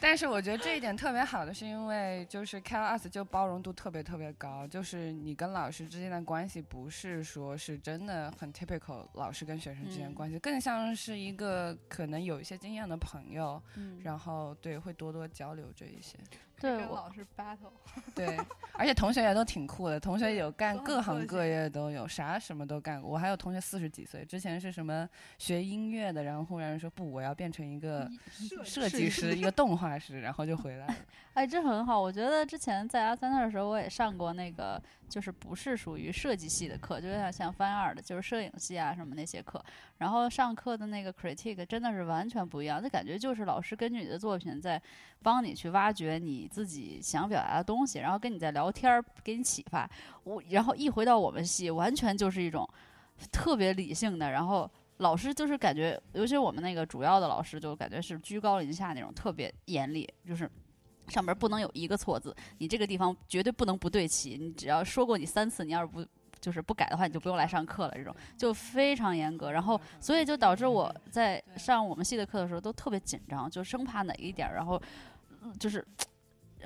但是我觉得这一点特别好的是因为就是 Cal Us 就包容度特别特别高，就是你跟老师之间的关系不是说是真的很 typical 老师跟学生之间的嗯关系，更像是一个可能有一些经验的朋友，嗯然后对会多多交流这一些。对跟我老师 battle，对，而且同学也都挺酷的，同学有干都很各行热各业都有，啥什么都干过。我还有同学四十几岁，之前是什么学音乐的，然后忽然说不，我要变成一个设设计计师师，一个动画师，然后就回来了。哎，这很好。我觉得之前在阿三那儿的时候，我也上过那个，就是不是属于设计系的课，就是像像翻二的，就是摄影系啊什么那些课。然后上课的那个 critique 真的是完全不一样，那感觉就是老师根据你的作品在帮你去挖掘你自己想表达的东西，然后跟你在聊天，儿，给你启发。我然后一回到我们系，完全就是一种。特别理性的，然后老师就是感觉，尤其我们那个主要的老师，就感觉是居高临下那种，特别严厉，就是。上面不能有一个错字，你这个地方绝对不能不对齐。你只要说过你三次，你要是不就是不改的话，你就不用来上课了。这种就非常严格，然后所以就导致我在上我们系的课的时候都特别紧张，就生怕哪一点儿，然后嗯就是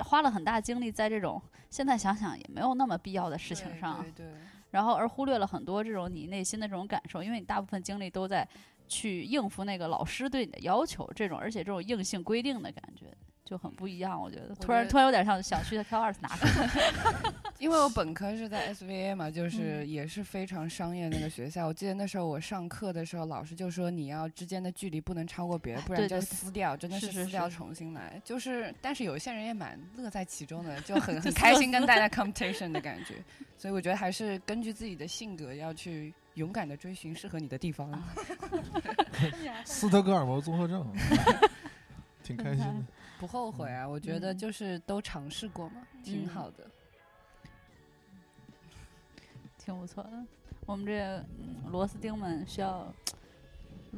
花了很大精力在这种现在想想也没有那么必要的事情上，对对然后而忽略了很多这种你内心的这种感受，因为你大部分精力都在去应付那个老师对你的要求，这种而且这种硬性规定的感觉就很不一样，我觉得突然觉得突然有点像想去 Q 二拿个因为我本科是在 SVA 嘛，就是也是非常商业那个学校。我记得那时候我上课的时候，老师就说你要之间的距离不能超过别人，不然对就对对撕掉，真的是是撕掉是重新来。就是，但是有些人也蛮乐在其中的， 就很就很开撕心跟撕大 家 competition 的感觉。所以我觉得还是根据自己的性格要去勇敢的追寻适合你的地方。斯德哥尔摩综合症， 挺开心的。不后悔啊，我觉得嗯就是都尝试过嘛，挺嗯好的。挺不错的。我们这嗯螺丝钉们需要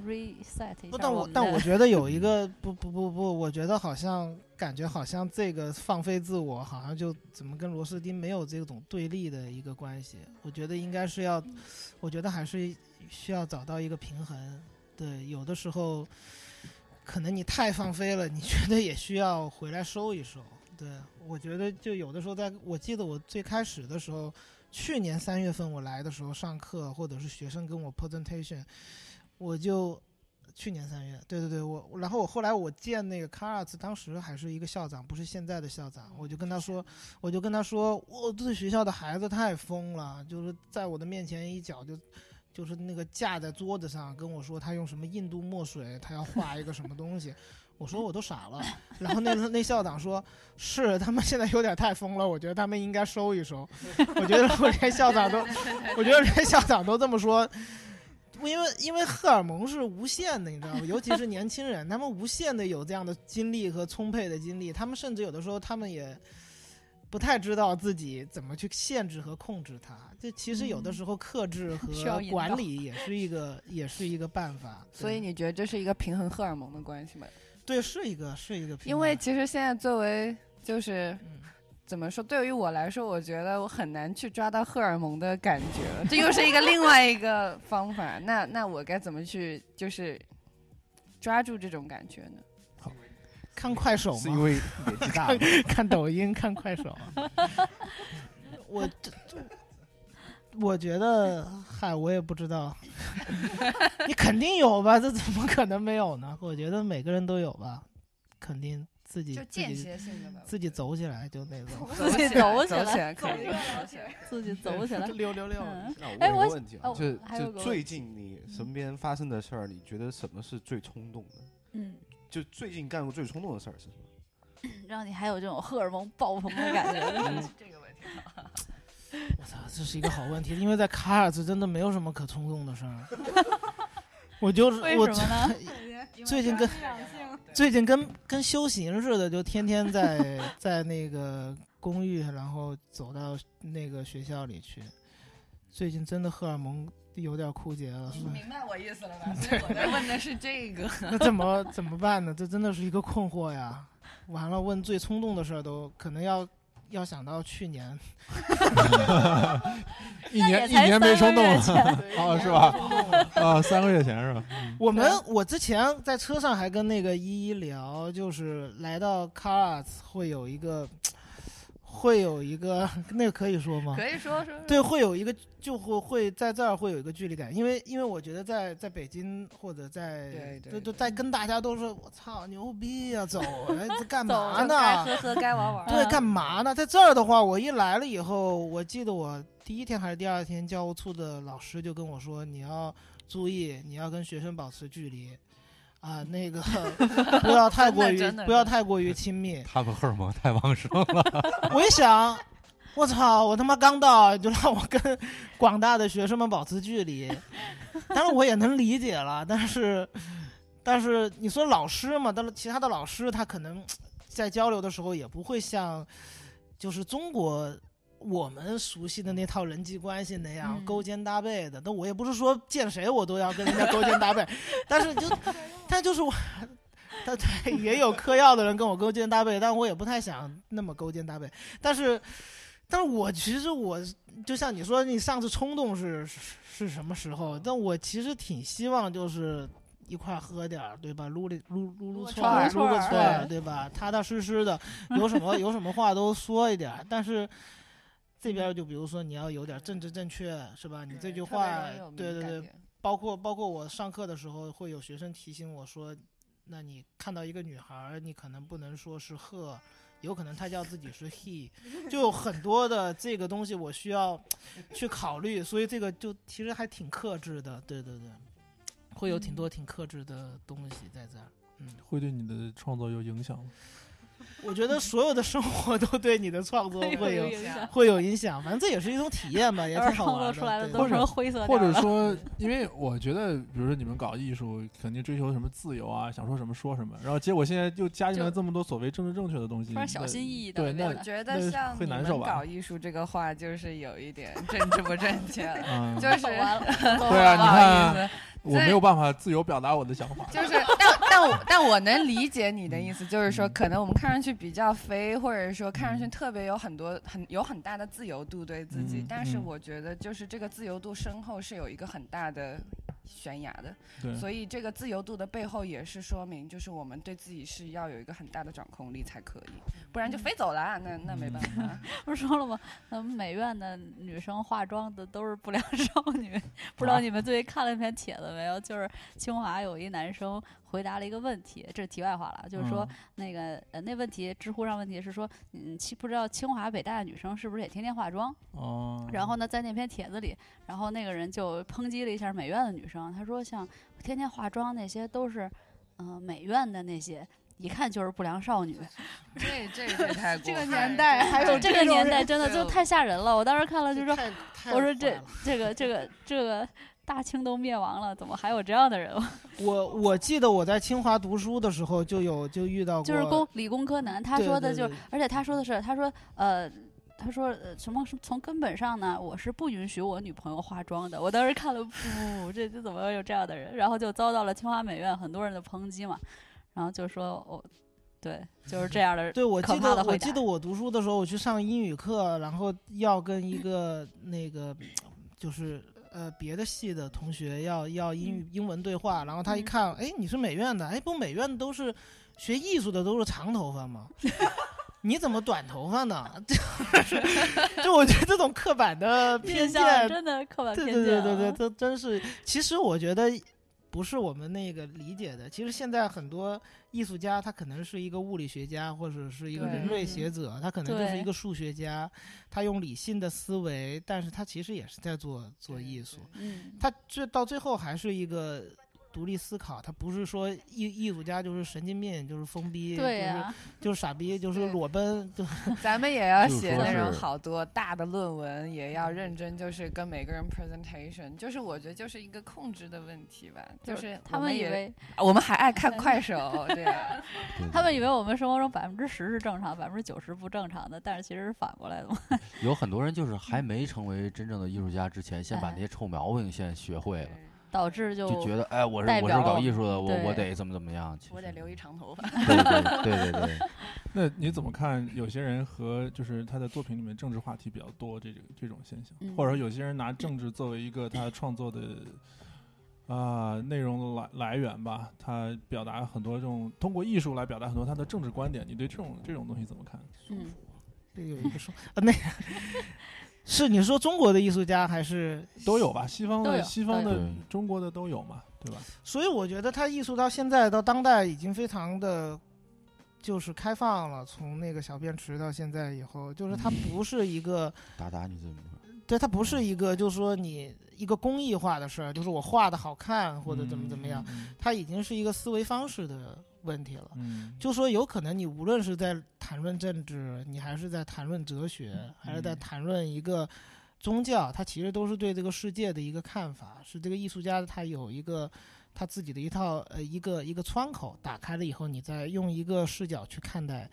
reset 一下不，但我我们但的 嗯我觉得有一个不不不不，我觉得好像感觉好像这个放飞自我，好像就怎么跟螺丝钉没有这种对立的一个关系。我觉得应该是要，嗯我觉得还是需要找到一个平衡。对，有的时候可能你太放飞了，你觉得也需要回来收一收。对，我觉得就有的时候在，我记得我最开始的时候，去年三月份我来的时候上课，或者是学生跟我 presentation，我就去年三月，对对对，我然后我后来我见那个卡尔茨，当时还是一个校长，不是现在的校长，我就跟他说，我就跟他说，我这学校的孩子太疯了，就是在我的面前一脚就。就是那个架在桌子上跟我说他用什么印度墨水，他要画一个什么东西，我说我都傻了。然后那那校长说，是他们现在有点太疯了，我觉得他们应该收一收。我觉得我连校长都，我觉得连校长都这么说，因为因为荷尔蒙是无限的，你知道吗？尤其是年轻人，他们无限的有这样的精力和充沛的精力，他们甚至有的时候他们也不太知道自己怎么去限制和控制它。这其实有的时候克制需要和引导管理也是一个也是一个办法。所以你觉得这是一个平衡荷尔蒙的关系吗？对，是一个是一个平衡，因为其实现在作为就是。嗯怎么说？对于我来说，我觉得我很难去抓到荷尔蒙的感觉了， 这又是一个另外一个方法。那那我该怎么去就是抓住这种感觉呢？看快手吗？是因为年纪大了看看抖音，看快手啊。我这这我觉得，嗨，我也不知 道，你肯定有吧？这怎么可能没有呢？我觉得每个人都有吧，肯定自己就自己间歇性的吧，自己走起来就那种自己走起来走起来可以走起来自己走起来，溜溜溜嗯那哎，我我有个问题啊，哦就还有就个最问题嗯近你身边发生的事儿，你觉得什么是最冲动的？嗯，就最近干过最冲动的事儿是什么？让你还有这种荷尔蒙爆棚的感 嗯觉。 这个问题，我操，这是一个好问题，因为在卡尔兹真的没有什么可冲动的事 儿。我就是为我什么呢最近跟 最近跟跟修行似的，就天天在在那个公寓，然后走到那个学校里去。最近真的荷尔蒙有点枯竭了，所以。明白我意思了吧？所以我在问的是这个 那怎么怎么办呢？这真的是一个困惑呀！完了，问最冲动的事儿都可能要要想到去年， 一年一年没冲动了 啊，是吧？啊，三个月前是吧？嗯我们我之前在车上还跟那个依依聊，就是来到 Cars 会有一个，会有一个那个可以说吗？可以说说对，会有一个就会会在这儿会有一个距离感，因为因为我觉得在在北京或者在对对就就在跟大家都说我操牛逼呀、 走哎这干走嘛就呢？该喝喝该玩玩对，嗯干嘛呢？在这儿的话，我一来了以后，我记得我第一天还是第二天，教务处的老师就跟我说，你要注意，你要跟学生保持距离。啊，那个 不要太过于真的不要太过于亲密，他们荷尔蒙太旺盛了。 我一想，我操，我他妈刚到就让我跟广大的学生们保持距离，当然我也能理解了，但是，但是你说老师嘛，但是其他的老师他可能在交流的时候也不会像，就是中国。我们熟悉的那套人际关系那样、嗯勾肩搭背的。但我也不是说见谁我都要跟人家勾肩搭背， 但是就，但就是我，但对也有嗑药的人跟我勾肩搭背，但我也不太想那么勾肩搭背。但是，但是我其实我就像你说，你上次冲动是是是什么时候？但我其实挺希望就是。一块儿喝点儿，对吧？撸里撸撸撸串儿，撸撸个个串串儿儿，对吧？踏踏实实的，有什么有 什么话都说一点儿。但是这边儿就比如说你要有点儿政治正确，是吧？你这句特别话容易有，对敏对感对点，包括包括我上课的时候会有学生提醒我说，那你看到一个女孩儿，你可能不能说是 her。有可能她叫自己是 he，就有很多的这个东西我需要去考虑，所以这个就其实还挺克制的，对对对，会有挺嗯多挺克制的东西在这儿。会对你的创作有影响吗？我觉得所有的生活都对你的创 作有会有影响会有影响，反正这也是一种体验吧，也挺好玩创作的。出来的对都成灰色或调者了说，因为我觉得，比如说你们搞艺术，肯定追求什么自由啊，想说什么说什么，然后结果现在又加进来这么多所谓政治正确的东西，突然小那心翼翼地对，那我觉得那像会你难受们吧搞？艺术这个话，就是有一点政治不正确了嗯就 是完了 对啊，不你好意看思 啊，我没有办法自由表达我的想法。就是，但但我但我能理解你的意思，就是嗯说，可能我们看上去比较飞，或者说看上去特别有很多很有很大的自由度对自己，嗯但是嗯我觉得就是这个自由度身后是有一个很大的悬崖对的，所以这个自由度的背后也是说明，就是我们对自己是要有一个很大的掌控力才可以，嗯不然就飞走了啊，那那没办法。 不是说了吗？咱们美院的女生化妆的都是不良少女，不知啊道你们最近看了一篇帖子没有？就是清华有一男生回答了一个问题，这是题外话了，啊就是说嗯那个呃那问题，知乎上问题是说，嗯，其不知道清华北大的女生是不是也天天化妆？哦然后呢，在那篇帖子里，然后那个人就抨击了一下美院的女生，他说像天天化妆那些都是，嗯、美院的那些。一看就是不良少女， 这这这太这个年代还有这这个种年代人真的就太吓人了。我当时看了就说，太我坏说这了这个这个这个大清都灭亡了，怎么还有这样的 人？我我记得我在清华读书的时候就有就遇到过，就是工理工科男，他对说的对就是，对而且他说的是，他说呃。他说：“呃，什么是从根本上呢？我是不允许我女朋友化妆的。我当时看了，不，这这怎么会有这样的人？然后就遭到了清华美院很多人的抨击嘛。然后就说，我、对，就是这样的对，我可记怕的得回我答记。得我读书的时候，我去上英语课，然后要跟一个那个就是呃别的系的同学要要英嗯语英文对话，然后他一看，哎，你是美院的，哎，不，美院的都是学艺术的都是长头发吗？ 你怎么短头发呢？ 就是，就我觉得这种刻板的偏印见象，真的刻板对偏对见、啊。对对对，这真是。其实我觉得不是我们那个理解的。其实现在很多艺术家，他可能是一个物理学家，或者是一个对人类学者，他可能就是对一个数学家，他用理性的思维，但是他其实也是在做做艺术。嗯，他最到最后还是一个。独立思考，他不是说艺艺术家就是神经病，就是疯逼，对啊呀就是就是傻逼，就是裸奔，就咱们也要写就是说那种是好多大的论文，也要认真，就是跟每个人 presentation，就是我觉得就是一个控制的问题吧，就就是是他我们以也啊为我们还爱看快手，对啊， 他们以为我们生活中百分之十是正常，百分之九十不正常的，但是其实是反过来的嘛。有很多人就是还没成为真正的艺术家之前，先把哎那些臭毛病先学会哎了，导致就就觉得哎，我是代我是表搞了艺术的，我我对得怎么怎么样。我得留一长头发。对对对对 对那你怎么看有些人和就是他的作品里面政治话题比较多这种这种现象，嗯或者说有些人拿政治作为一个他创作的啊、内容来来源吧，他表达很多这种通过艺术来表达很多他的政治观点，你对这种这种东西怎么看？嗯，这有一个 说啊，那是你说中国的艺术家还是都有吧？西方都的有西方都有的中国的都有嘛，对吧？所以我觉得他艺术到现在到当代已经非常的，就是开放了。从那个小便池到现在以后，就是它不是一个，打打你这么对，它不是一个，就是说你一个工艺化的事儿，就是我画的好看或者怎么怎么样，它已经是一个思维方式的问题了。嗯，就说有可能你无论是在谈论政治，你还是在谈论哲学，还是在嗯谈论一个宗教，它其实都是对这个世界的一个看法，是这个艺术家他有一个他自己的一套呃一个一个窗口打开了以后，你嗯再用一个视角去看待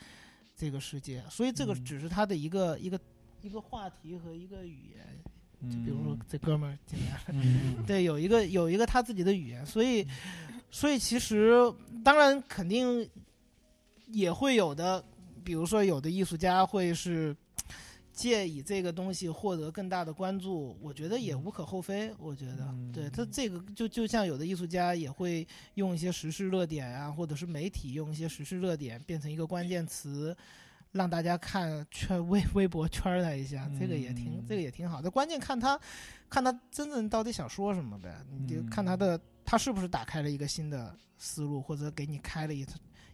这个世界，所以这个只是他的一个、一个一个话题和一个语言，就比嗯如说这哥们儿进来了，嗯对，有一个有一个他自己的语言，所以所以其实当然肯定也会有的，比如说有的艺术家会是。借以这个东西获得更大的关注，我觉得也无可厚非。我觉得，对他这个就就像有的艺术家也会用一些时事热点啊，或者是媒体用一些时事热点变成一个关键词，让大家看圈微微博圈他一下，这个也挺这个也挺好的。关键看他看他真正到底想说什么呗，你就看他的他是不是打开了一个新的思路，或者给你开了一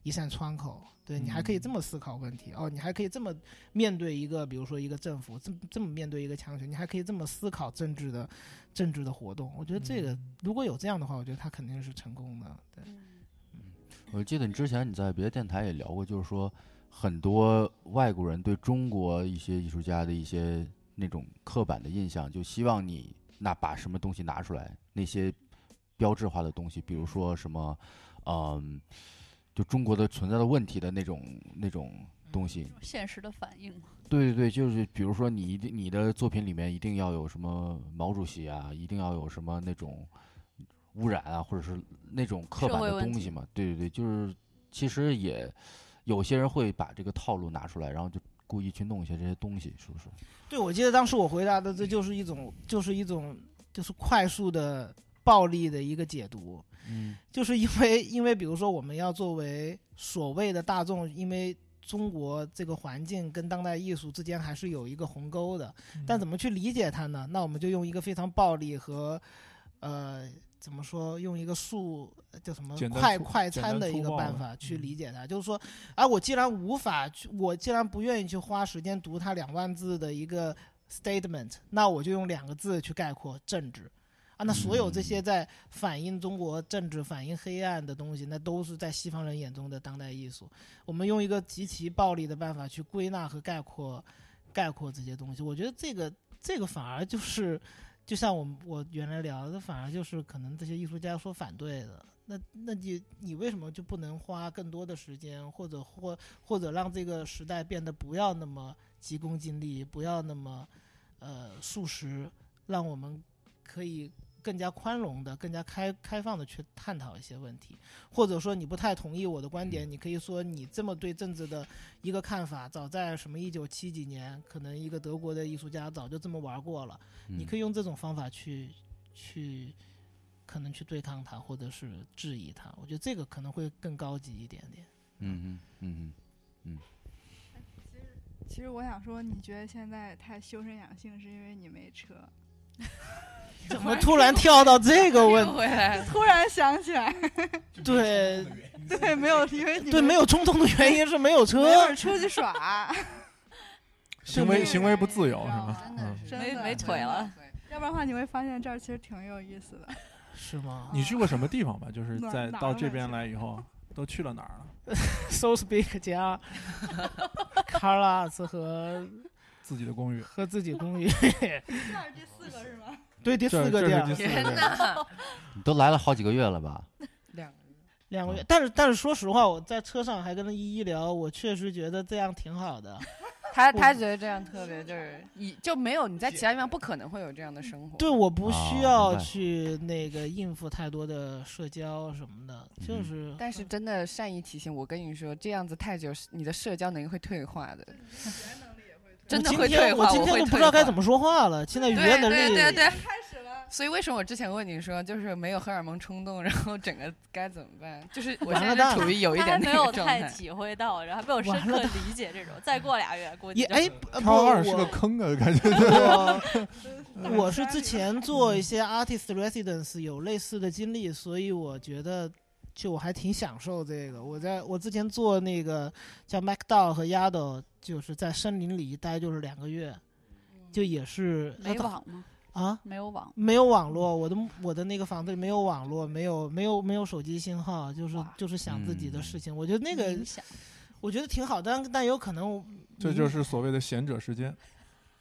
一扇窗口。对你还可以这么思考问题、哦，你还可以这么面对一个，比如说一个政府，这么这么面对一个强权，你还可以这么思考政治的政治的活动。我觉得这个、嗯如果有这样的话，我觉得他肯定是成功的。对，我记得你之前你在别的电台也聊过，就是说很多外国人对中国一些艺术家的一些那种刻板的印象，就希望你那把什么东西拿出来，那些标志化的东西，比如说什么，嗯，就中国的存在的问题的那种那种东西，现实的反应嘛。对对对，就是比如说你一定你的作品里面一定要有什么毛主席啊，一定要有什么那种污染啊，或者是那种刻社板会的问东题西嘛。对对对，就是其实也有些人会把这个套路拿出来，然后就故意去弄一些这些东西，是不是？对我记得当时我回答的，这就是一种就是一种就是快速的暴力的一个解读。嗯，就是因为因为比如说我们要作为所谓的大众，因为中国这个环境跟当代艺术之间还是有一个鸿沟的，嗯但怎么去理解它呢？那我们就用一个非常暴力和呃。怎么说？用一个速呃叫什么简单快粗快简餐单的粗一个暴嗯办的法去理解它，就是说，啊，我既然无法去，我既然不愿意去花时间读它两万字的一个 statement，那我就用两个字去概括政治。啊，那所有这些在反映中国政治、反映黑暗的东西，那都是在西方人眼中的当代艺术。我们用一个极其暴力的办法去归纳和概括、概括这些东西，我觉得这个这个反而就是，就像我们我原来聊的，反而就是可能这些艺术家所反对的。那那你你为什么就不能花更多的时间，或者或或者让这个时代变得不要那么急功近利，不要那么呃素食，让我们可以更加宽容的、更加开开放的去探讨一些问题，或者说你不太同意我的观点，你可以说你这么对政治的一个看法，早在什么一九七几年，可能一个德国的艺术家早就这么玩过了，你嗯可以用这种方法去去。可能去对抗它，或者是质疑它，我觉得这个可能会更高级一点点。嗯嗯嗯嗯其实我想说，你觉得现在太修身养性，是因为你没车。怎么突然跳到这个问回 来，突然想起 来，对对，没有，因为你对，没有冲动的原因是没有车。没有出去耍， 行为行为不自由是啊吗？嗯，真没的没腿了。真的要不然的话，你会发现这儿其实挺有意 思的。是吗？你去过什么地方吧？就是啊哪在哪到儿这了边来以后，都去了哪儿了？ So Speak 家卡拉斯和自己的公寓。和自己公寓，这儿第四个是 吗？对，第这四个这是店啊第儿，四个天店儿 呐，你都来了好几个月了吧？两个两个月。但是但是说实话，我在车上还跟依依聊，我确实觉得这样挺好的。他他我觉得这样特别就是以就没有你在其他地方不可能会有这样的生活。对，我不啊需哦要明白去那个应付太多的社交什么的，嗯就是但是真的善意提醒我跟你说，这样子太久，你的社交能力会退化的。真的我会今天退化，我今天会都不退知道该化怎么说话了。现在语言能力，对对对对，所以为什么我之前问你说，就是没有荷尔蒙冲动，然后整个该怎么办？就是我完现了在蛋是处于有一他还点没那有个状太态。体会到，然后还没有深完刻了理解这种。再过俩月，估计也就哎是，不超不二是我个坑啊，感觉。 我我是之前做一些 artist residence 有类似的经历，所以我觉得就我还挺享受这个。我在我之前做那个叫 MacDow 和 Yado，就是在森林里一待就是两个月，就也是嗯没呃网吗？啊，没有网，没有网络，我的我的那个房子里没有网络，没有没有没有手机信号，就是就是想自嗯己的事情。我觉得那嗯个，我觉得挺好，但但有可能我这就是所谓的闲者时间。嗯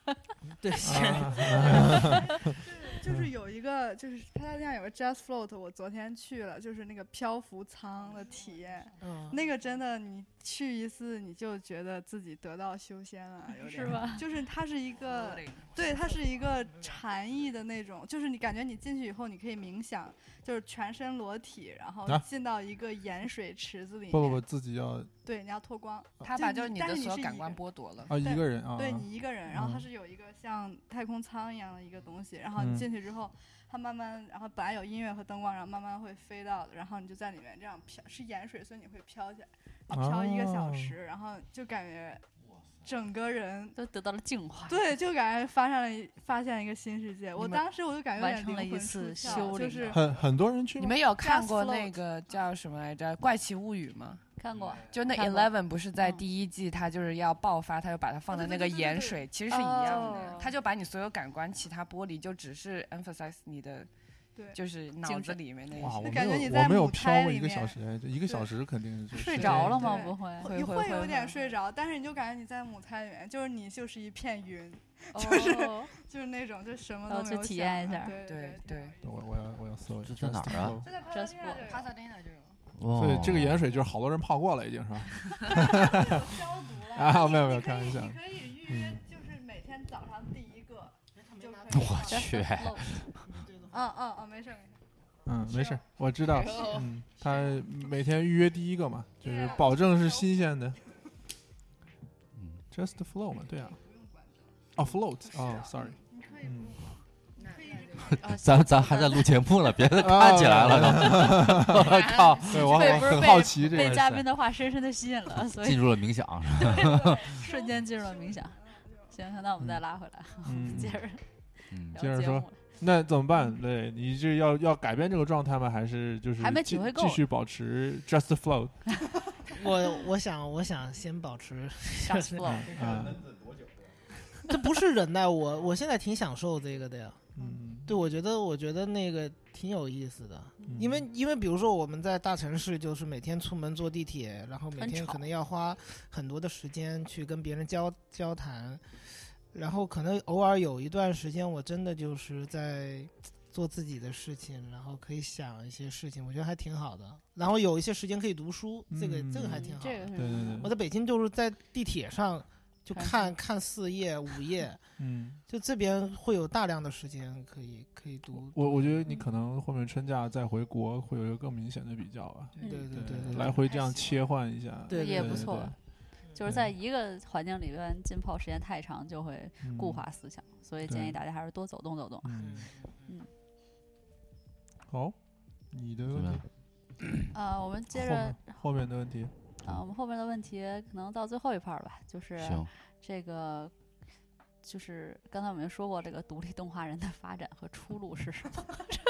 对，啊嗯就是有一个个就是他家店有个 Jazz Float，我昨天去了，就是那个漂浮舱的体验，嗯那个真的你去一次你就觉得自己得到修仙了，有点 是 吧就是它是一个，对，它是一个禅意的那种，就是你感觉你进去以后你可以冥想，就是全身裸体，然后啊进到一个盐水池子里面，不不不，自己要对，你要脱光。他把就就是你但的是所有是感一官人剥夺了啊一对个人啊对啊你一个人，然后它嗯是有一个像太空舱一样的一个东西，然后你嗯进去之后，它慢慢，然后本来有音乐和灯光，然后慢慢会飞到，然后你就在里面这样飘，是盐水，所以你会飘起来，然后飘一个小哦时，然后就感觉整个人都得到了净 化。对，就感觉发现了一发现一个新世界。我们当时我就感觉有完点成了灵一魂次出窍修就灵是很很多人去吗。你们有看 Just 过那 Float 个叫什么来着《怪奇物语》吗？看过，就那看过 Eleven 不是在第一季，他就是要爆发，他就把它放在那个盐水，其实是一样的哦，他就把你所有感官其他剥离，就只是 emphasize 你的， 对就是脑精子神里面那哇，我些。没有，我没有飘过一个小时，哎，这一个小时肯定是睡着了吗对不会你会会会有点会睡着，但是你就感觉你在母胎里面，就是你就是一片云，哦 就是就是那种就什么哦都没去有体想验一的下对对对，我我要我要搜一下，这在哪儿啊就在帕萨迪纳就有哦所以这个盐水就是好多人泡过了，已经是吧？啊，没有没有，开玩笑。你可以预约，就是每天早上第一个就可以我放去嗯嗯嗯，没事没事。嗯，没事，我知道是哦。嗯，他每天预约第一个嘛，就是保证是新鲜的。Just 嗯 flow 嘛，对啊。哦，float，哦，sorry。嗯啊咱咱还在录节目呢，别再看起来了都。 我靠！啊对我被我不是很被好奇这被个嘉事宾的话深深的吸引了，所以进入了冥想对对瞬间进入了冥想。行，行，那我们再拉回来，我们嗯接着聊嗯接着节目说，那怎么办？对你这要要改变这个状态吗？还是就是还没继体会够继续保持 just flow？我我想我想先保持 Just flow 嗯这不是忍耐，我我现在挺享受这个的呀。嗯，对，我觉得我觉得那个挺有意思的，因为因为比如说我们在大城市，就是每天出门坐地铁，然后每很天吵可能要花很多的时间去跟别人交交谈，然后可能偶尔有一段时间，我真的就是在做自己的事情，然后可以想一些事情，我觉得还挺好的。然后有一些时间可以读书，这个这个还嗯挺好这的。个是对对对我在北京就是在地铁上就看看看四页五页，嗯，就这边会有大量的时间可以可以读。我我觉得你可能后面春假再回国会有一个更明显的比较吧。对对对对对来回这样切换一下，对也对不对嗯错。就是在一个环境里边浸泡时间太长，就会固嗯化思想，所以对建议大家还是多走动 走动。嗯嗯，好，你的问题，呃，我们接后着面后面的问题，啊，我们后面的问题可能到最后一 part 吧，就是行这个，就是刚才我们说过，这个独立动画人的发展和出路是什么？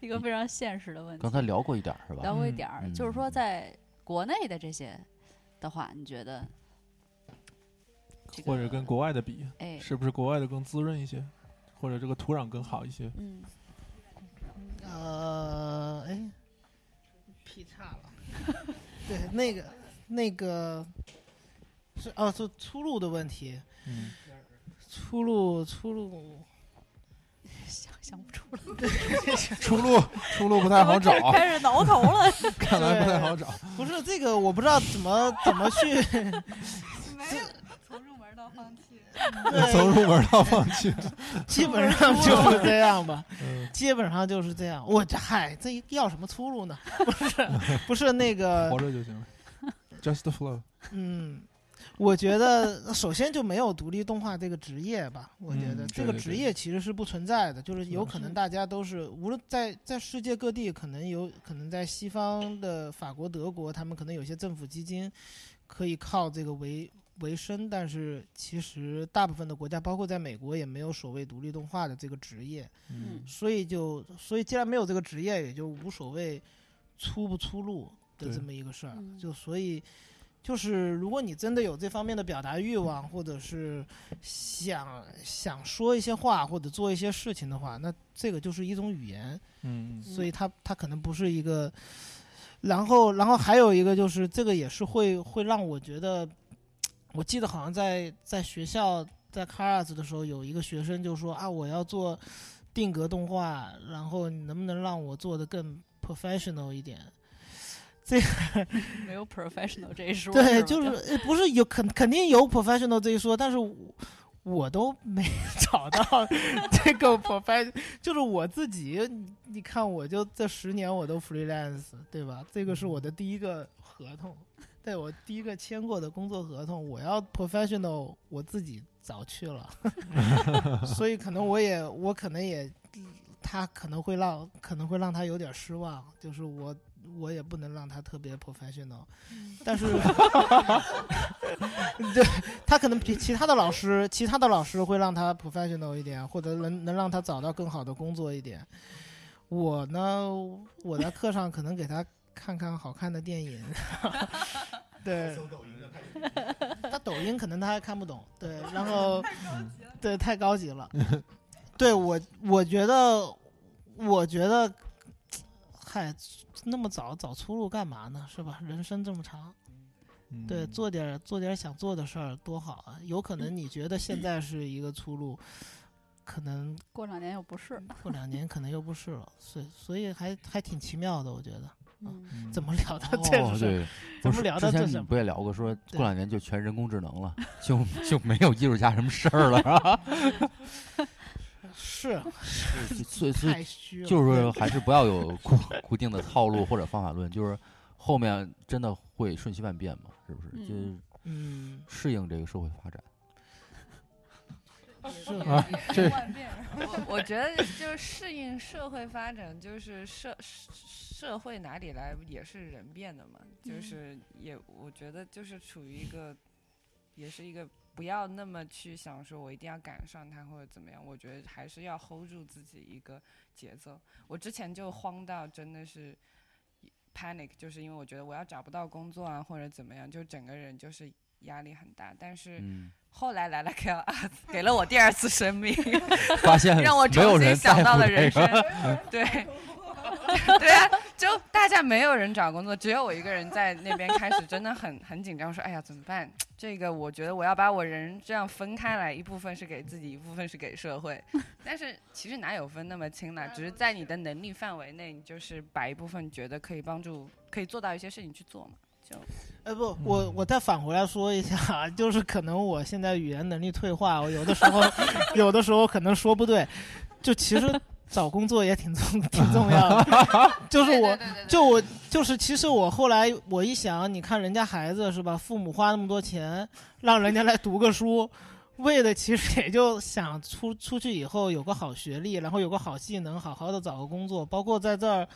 一个非常现实的问题。刚才聊过一点儿是吧？聊过一点儿，嗯就是说在国内的这些的话，你觉得或者跟国外的比哎，是不是国外的更滋润一些，或者这个土壤更好一些？嗯，呃，哎，劈叉了。对，那个那个是哦，是出路的问题。嗯，出路出路，想想不出来， 出路出路不太好找，开始挠头了看来不太好找。不是这个，我不知道怎么怎么 去。没有，从入门到放弃。对从入门到放 弃基本上就是这样吧嗯，基本上就是这样。我这嗨，这要什么出路呢？不是不是那个 活着就行了，just flow。嗯，我觉得首先就没有独立动画这个职业吧。我觉得嗯这对个对职对业其实是不存在的，就是有可是能大家都是无论在在世界各地，可能有可能在西方的法国、德国，他们可能有些政府基金可以靠这个为为生，但是其实大部分的国家，包括在美国，也没有所谓独立动画的这个职业。嗯所以就所以既然没有这个职业，也就无所谓出不出路的对这么一个事儿嗯。就所以就是，如果你真的有这方面的表达欲望，或者是想想说一些话或者做一些事情的话，那这个就是一种语言。嗯所以它它可能不是一个。然后，然后还有一个就是，这个也是会会让我觉得，我记得好像在在学校在 Caras 的时候，有一个学生就说啊，我要做定格动画，然后你能不能让我做的更 professional 一点？这个没有 professional 这一说。对，吧就是呃不是有肯肯定有 professional 这一说，但是我我都没 找到这个 professional，就是我自己，你你看我就这十年我都 freelance，对吧？这个是我的第一个合同，对我第一个签过的工作合同，我要 professional，我自己早去了，所以可能我也我可能也。他可能会让可能会让他有点失望，就是我我也不能让他特别 professional，但嗯是对他可能比其他的老师，其他的老师会让他 professional 一点，或者能能让他找到更好的工作一点。我呢，我在课上可能给他看看好看的电影， 对，他抖音可能他还看不懂，对，然后嗯对太高级了，对我我觉得我觉得，嗨，那么早找出路干嘛呢？是吧？人生这么长，嗯嗯对，做点儿做点儿想做的事儿多好啊！有可能你觉得 现在是一个出路，可能过两年又不是。过两年可能又不是了，所以所以还还挺奇妙的，我觉得。啊嗯，怎么聊到 哦，这种事儿对，不怎是么聊之到这前什你么？不也聊过，说对过两年就全人工智能了，就就没有艺术家什么事儿了，是 吧？是，所以所太虚以了就是对 说还是不要有固固定的套路或者方法论，就是后面真的会瞬息万变嘛，是不是？嗯就是嗯适应这个社会发展。是啊这 我我觉得就是适应社会发展，就是社社社会哪里来也是人变的嘛，就嗯是也我觉得就是处于一个，也是一个不要那么去想说我一定要赶上它或者怎么样，我觉得还是要 hold 住自己一个节奏。我之前就慌到真的是。panic，就是因为我觉得我要找不到工作啊，或者怎么样，就整个人就是压力很大。但是嗯嗯后来来了 K L R，给了我第二次生命，嗯发现 让我重没有新人在乎想到了这个人 生。对，对啊，就大家没有人找工作，只有我一个人在那边开始真的很很紧张，说哎呀怎么办？这个我觉得我要把我人这样分开来，一部分是给自己，一部分是给社会。但是其实哪有分那么清呢？只是在你的能力范围内，你就是把一部分觉得可以帮助、可以做到一些事情去做嘛。就呃不，我我再返回来说一下，啊就是可能我现在语言能力退化，我有的时候有的时候可能说不对，就其实找工作也挺重 挺重要的，就是我就我就是其实我后来我一想，你看人家孩子是吧，父母花那么多钱让人家来读个书。为的其实也就想出出去以后有个好学历，然后有个好技能，好好的找个工作。包括在这儿，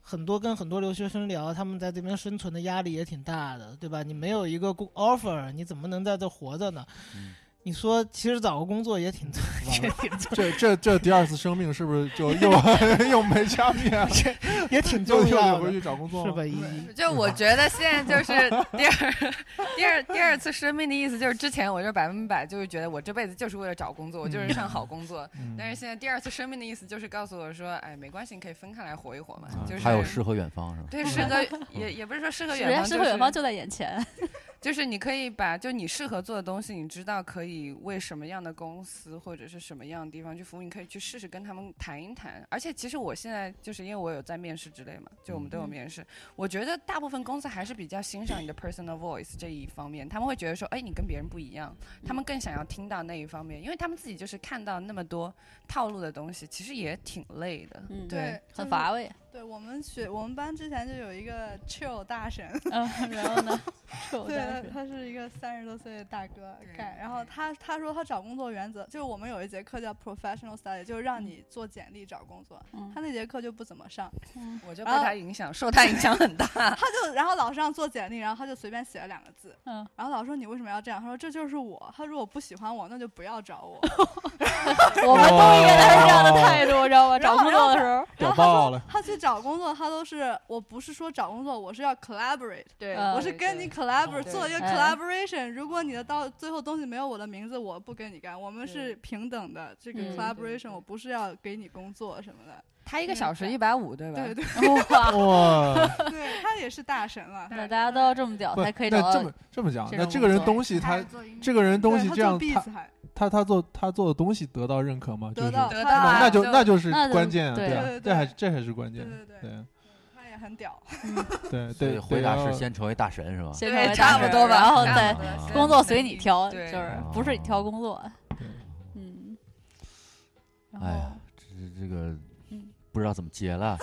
很多跟很多留学生聊，他们在这边生存的压力也挺大的，对吧？你没有一个工 offer，你怎么能在这活着呢？嗯你说，其实找个工作也挺 也挺这这这第二次生命是不是就 又又没加冕？也挺又重又要得的 回去找工作是了吧？一就我觉得现在就是 第二、第二、第二次生命的意思，就是之前我就百分之百就是觉得我这辈子就是为了找工作，我嗯就是上好工作。嗯但是现在第二次生命的意思就是告诉我说，哎，没关系，你可以分开来活一活嘛。啊嗯就是还有诗和远方是吧？对，适合也也不是说适合是远人家方，适合远方就在眼前。就是你可以把就你适合做的东西，你知道可以为什么样的公司或者是什么样的地方去服务，你可以去试试跟他们谈一谈。而且其实我现在就是因为我有在面试之类嘛，就我们都有嗯面试，我觉得大部分公司还是比较欣赏你的 personal voice 这一方面，他们会觉得说，哎，你跟别人不一样，他们更想要听到那一方面，因为他们自己就是看到那么多套路的东西，其实也挺累的，嗯对，很乏味。对我们学我们班之前就有一个 chill 大神，嗯然后呢？chill 对哦大神，他是一个三十多岁的大哥干，然后他他说他找工作原则就是我们有一节课叫 professional study，就是让你做简历找工作，他那节课就不怎么上，我哦就被然后他影响，受他影响很大。他就然后老师让做简历，然后他就随便写了两个字，嗯然后老师说你为什么要这样？他说这就是我，他如果不喜欢我，那就不要找 我。我们都应该带着这样的态度，知道吗？找然后工作的时候，屌 爆了！他去找工作，他都是我不是说找工作，我是要 collaborate，对我哎是对跟你 collaborate 对做一个哎 collaboration。如果你的到最后东西没有我的名字，我不跟你干，我们是平等的这个嗯 collaboration，我不是要给你工作什么的。他一个小时一百五，对吧？嗯对对，哇对他也是大神了，那大家都要这么屌不才可以找那到这么这么讲，这那种这个人工作东西他这个人东西对这样他他做 beats 还他他做他做的东西得到认可吗？得就是到 那得到啊那就就那就是那就关键啊，对啊对对这还这还是关键，对他也很屌。对所以对，回答是要先成为大神是吧？先成为差大不神多吧然后差再不多工作随你挑，就对是不是你挑工作，嗯，哎呀，这这个嗯不知道怎么接了。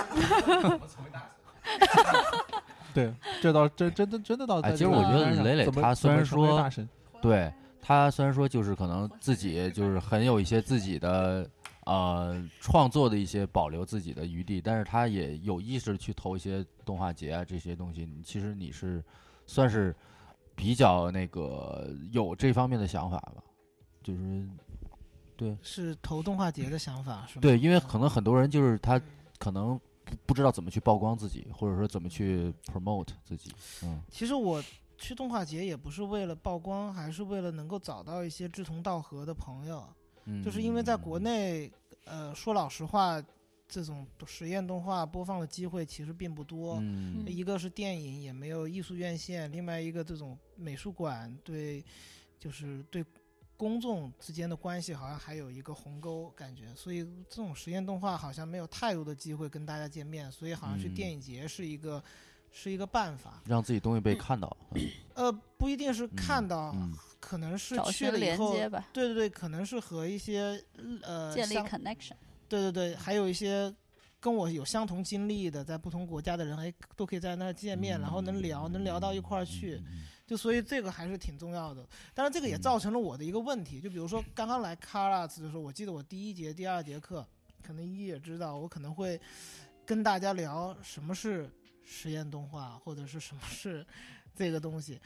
对，这倒真真的真的倒在哎，这其实个我觉问题得上磊磊怎么他虽怎么然成为说大神，对他虽然说就是可能自己就是很有一些自己的呃创作的一些保留自己的余地，但是他也有意识地去投一些动画节啊这些东西。你其实你是算是比较那个有这方面的想法吧，就是嗯对是投动画节的想法是吗？对，因为可能很多人就是他可能不不知道怎么去曝光自己，或者说怎么去 promote 自己，嗯。其实我去动画节也不是为了曝光，还是为了能够找到一些志同道合的朋友。嗯就是因为在国内，呃，说老实话，这种实验动画播放的机会其实并不多。嗯一个是电影也没有艺术院线，另外一个这种美术馆对，就是对。公众之间的关系好像还有一个鸿沟感觉，所以这种实验动画好像没有太多的机会跟大家见面，所以好像去嗯电影节是一个、是一个办法。让自己东西被看到，嗯呃，不一定是看到，嗯可能是找去些了以连后接吧，对对对，可能是和一些呃建立相 connection。对对对，还有一些跟我有相同经历的，在不同国家的人，哎，都可以在那儿见面，嗯然后能聊，能聊到一块儿去，就所以这个还是挺重要的。但是这个也嗯造成了我的一个问题，就比如说刚刚来 c a r a s 的时候，我记得我第一节、第二节课，可能一也知道，我可能会跟大家聊什么是实验动画，或者是什么是这个东西。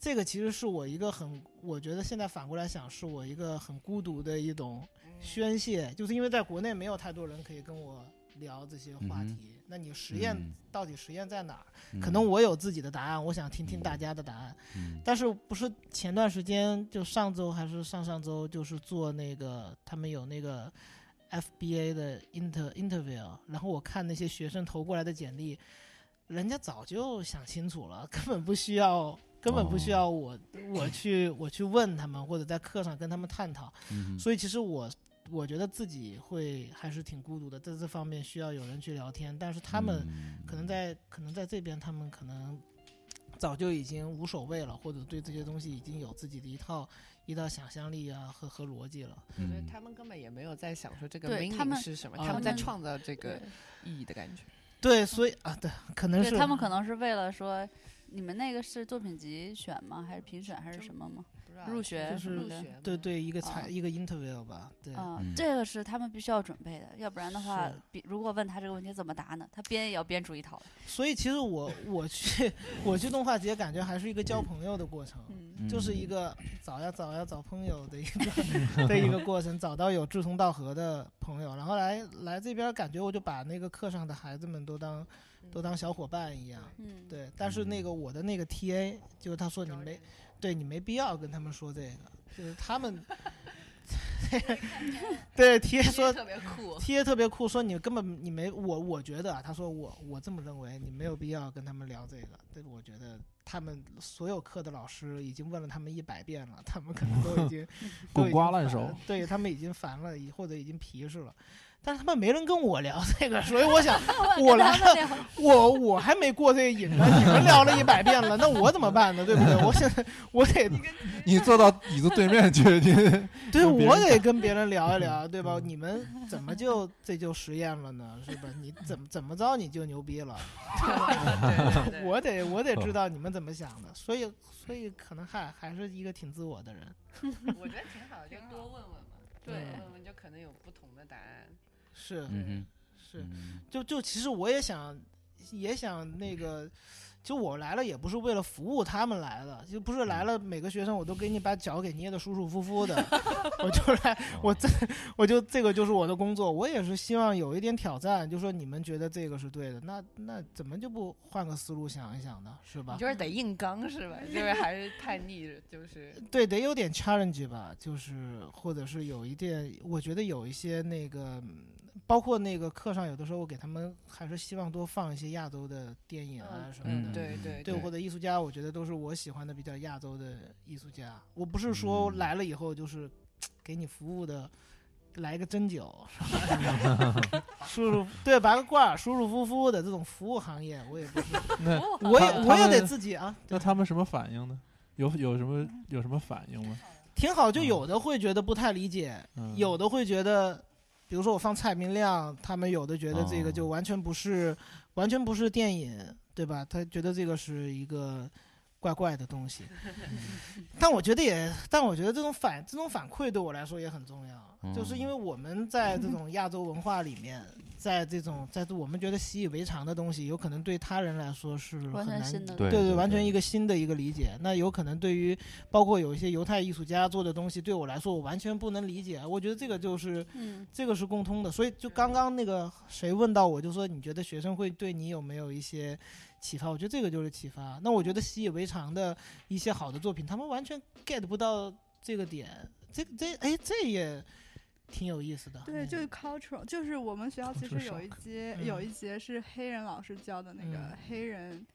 这个其实是我一个很，我觉得现在反过来想，是我一个很孤独的一种宣嗯泄，就是因为在国内没有太多人可以跟我聊这些话嗯哼题。那你实验嗯到底实验在哪儿？嗯可能我有自己的答案，我想听听大家的答案。嗯但是不是前段时间就上周还是上上周，就是做那个他们有那个 FBA 的 inter interview，然后我看那些学生投过来的简历，人家早就想清楚了， 根本不需要。根本不需要我、我去我去问他们，或者在课上跟他们探讨。嗯哼所以其实我我觉得自己会还是挺孤独的，在这方面需要有人去聊天。但是他嗯们可能在、可能在这边，他们可能早就已经无所谓了，或者对这些东西已经有自己的一套一套想象力啊和和逻辑了。嗯我觉得他们根本也没有在想说这个对 meaning 他们是什么，他他们在们创造这个对意义的感觉。对，所以啊，对，可能对是他们可能是为了说，你们那个是作品集选吗？还是评选还是什么吗知道？入学嗯就什是么的。对对一个采、一个 interview 吧，对。嗯啊，这个是他们必须要准备的，要不然的话是，比如果问他这个问题怎么答呢，他编也要编出一套来。所以其实我我去我去动画节，感觉还是一个交朋友的过程，嗯 嗯就是一个找呀找呀找朋友的一个 的一个过程，找到有志同道合的朋友，然后来来这边，感觉我就把那个课上的孩子们都当都当小伙伴一样，嗯，，对。但是那个我的那个 TA 就是他说你没对你没必要跟他们说这个，就是他们 对 T A 说特别 酷 t A 特别酷，说你根本你没我，我觉得啊，他说我我这么认为，你没有必要跟他们聊这个。但是我觉得他们所有课的老师已经问了他们一百遍了，他们可能都已经都已滚瓜经烂烦熟了对他们已经烦了，或者已经皮实了。但是他们没人跟我聊这个，所以我想 我跟来他们聊了，我我还没过这瘾呢，你们聊了一百遍了，那我怎么办呢？对不对？我现在我得你坐到椅子对 面去，你 对，跟别人嗯我得跟别人聊一聊，对吧？你们怎么就这就实验了呢？是吧？你怎么怎么着你就牛逼了？ 对吧 我得我得知道你们怎么想的，所以所以可能还还是一个挺自我的人。我觉得挺好，就多问问嘛，对嗯多问问就可能有不同的答案。是，嗯是，就就其实我也想，也想那个，就我来了也不是为了服务他们来的，就不是来了每个学生我都给你把脚给捏得舒舒服服的， 我就来， 我这我就这个就是我的工作，我也是希望有一点挑战，就说你们觉得这个是对的，那那怎么就不换个思路想一想呢？是吧你？就是得硬刚是吧？就是还是太逆了，就是对，得有点 challenge 吧，就是或者是有一点，我觉得有一些那个，嗯包括那个课上，有的时候我给他们还是希望多放一些亚洲的电影啊嗯什么的，嗯对对对，对或者艺术嗯家，我觉得都是我喜欢的比较亚洲的艺术家。我不是说来了以后就是给你服务的，来一个针灸， 是吧舒舒对，拔个罐儿，舒舒服服的这种服务行业，我也不是，那我也他我他也得们自己啊。那他们什么反应呢？有有什么有什么反应吗？挺好，就有的会觉得不太理解，嗯有的会觉得，比如说我放蔡明亮，他们有的觉得这个就完全不是，完全不是电影，对吧？他觉得这个是一个怪怪的东西。但我觉得也，但我觉得这种反这种反馈对我来说也很重要，嗯就是因为我们在这种亚洲文化里面，在这种在我们觉得习以为常的东西，有可能对他人来说是完很全难新的对对对，对完全一个新的一个理解。那有可能对于包括有一些犹太艺术家做的东西，对我来说我完全不能理解。我觉得这个就是，嗯这个是共通的。所以就刚刚那个谁问到我，就说你觉得学生会对你有没有一些启发？我觉得这个就是启发。那我觉得习以为常的一些好的作品，他们完全 get 不到这个点。这这哎，这也挺有意思的。嗯对，就是 cultural，就是我们学校其 Culture 实有一 shock 节、嗯有一节是黑人老师教的那嗯个黑人、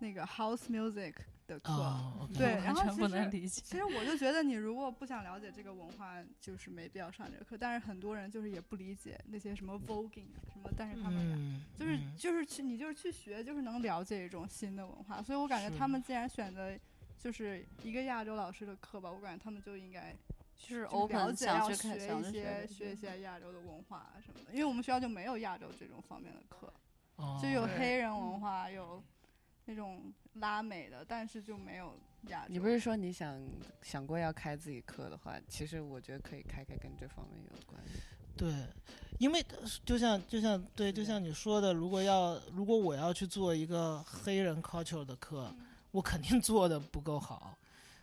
那个 house music 的课，啊哦，OK 对，我然后完全其不实能理解 其实我就觉得你如果不想了解这个文化，就是没必要上这个课。但是很多人就是也不理解那些什么 voguing 啊什么，但是他们也、嗯就是嗯就是去你就是去学，就是能了解一种新的文化。所以我感觉是他们既然选择就是一个亚洲老师的课吧，我感觉他们就应该就是 open，了解想要去学看想去一学些这些学一些亚洲的文化啊什么的，因为我们学校就没有亚洲这种方面的课，就哦有对黑嗯人文化，有那种拉美的，但是就没有亚洲。你不是说你想想过要开自己课的话，其实我觉得可以开开跟这方面有关的。对，因为呃就像就像对，就像你说的，如果要如果我要去做一个黑人 culture 的课，我肯定做的不够好，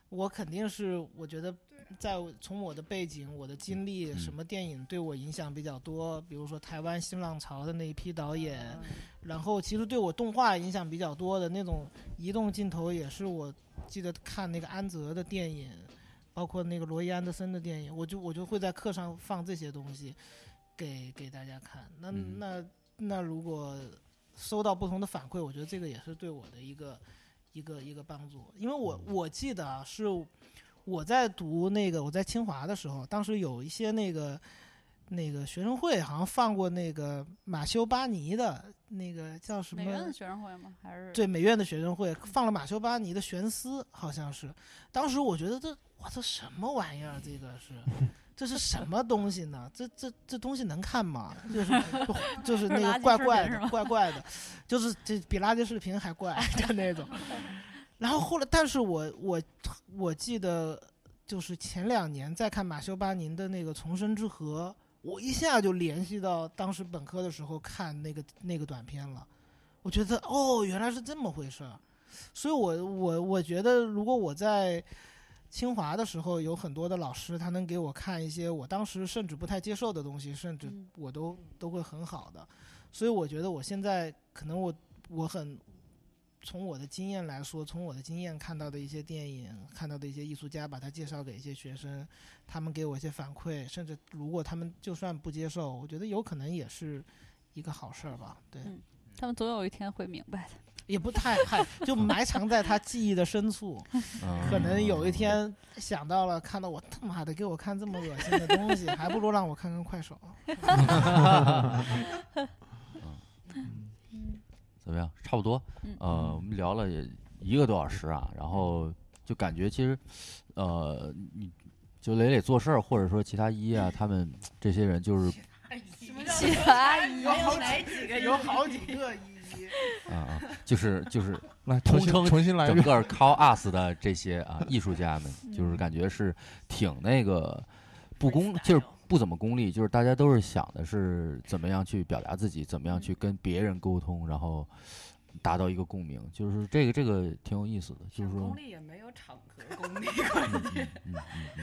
我肯定是我觉得在我从我的背景、我的经历，什么电影对我影响比较多，比如说台湾新浪潮的那一批导演，然后其实对我动画影响比较多的那种移动镜头，也是我记得看那个安泽的电影。包括那个罗伊安德森的电影，我就我就会在课上放这些东西给给大家看。那、嗯那那如果收到不同的反馈，我觉得这个也是对我的一个一个一个帮助。因为我我记得啊，是我在读那个我在清华的时候，当时有一些那个那个学生会好像放过那个马修巴尼的那个叫什么美院的学生会吗？还是对美院的学生会放了马修巴尼的《悬丝》，好像是。当时我觉得这，我操，什么玩意儿？这个是，这是什么东西呢？这这这东西能 看吗？就是就是那垃圾个怪视怪频是的，吗怪怪的，就是这比垃圾视频 还怪的那种。然后后来，但是我我我记得，就是前两年在看马修巴宁的那个《重生之河》，我一下就联系到当时本科的时候看那个那个短片了。我觉得哦，原来是这么回事儿。所以我我我觉得，如果我在清华的时候，有很多的老师，他能给我看一些我当时甚至不太接受的东西，甚至我都都会很好的。所以我觉得我现在可能我我很从我的经验来说，从我的经验看到的一些电影，看到的一些艺术家，把它介绍给一些学生，他们给我一些反馈，甚至如果他们就算不接受，我觉得有可能也是一个好事儿吧。对，嗯他们总有一天会明白的。也不太害，就埋藏在他记忆的深处。嗯可能有一天想到了，看到我他妈的给我看这么恶心的东西，还不如让我看看快手。怎么样？差不多嗯，呃，我们聊了也一个多小时啊，然后就感觉其实，呃，你就磊磊做事儿，或者说其他一啊，他们这些人就是哎洗发姨有好几个，有好几个姨。啊啊，就是就是来通重新称重新来一整遍个 call us 的这些啊艺术家们，就是感觉是挺那个不功，就是不怎么功利，就是大家都是想的是怎么样去表达自己，怎么样去跟别人沟通，然后达到一个共鸣，就是这个这个挺有意思的，就是说嗯功力也没有场合功力，啊关键。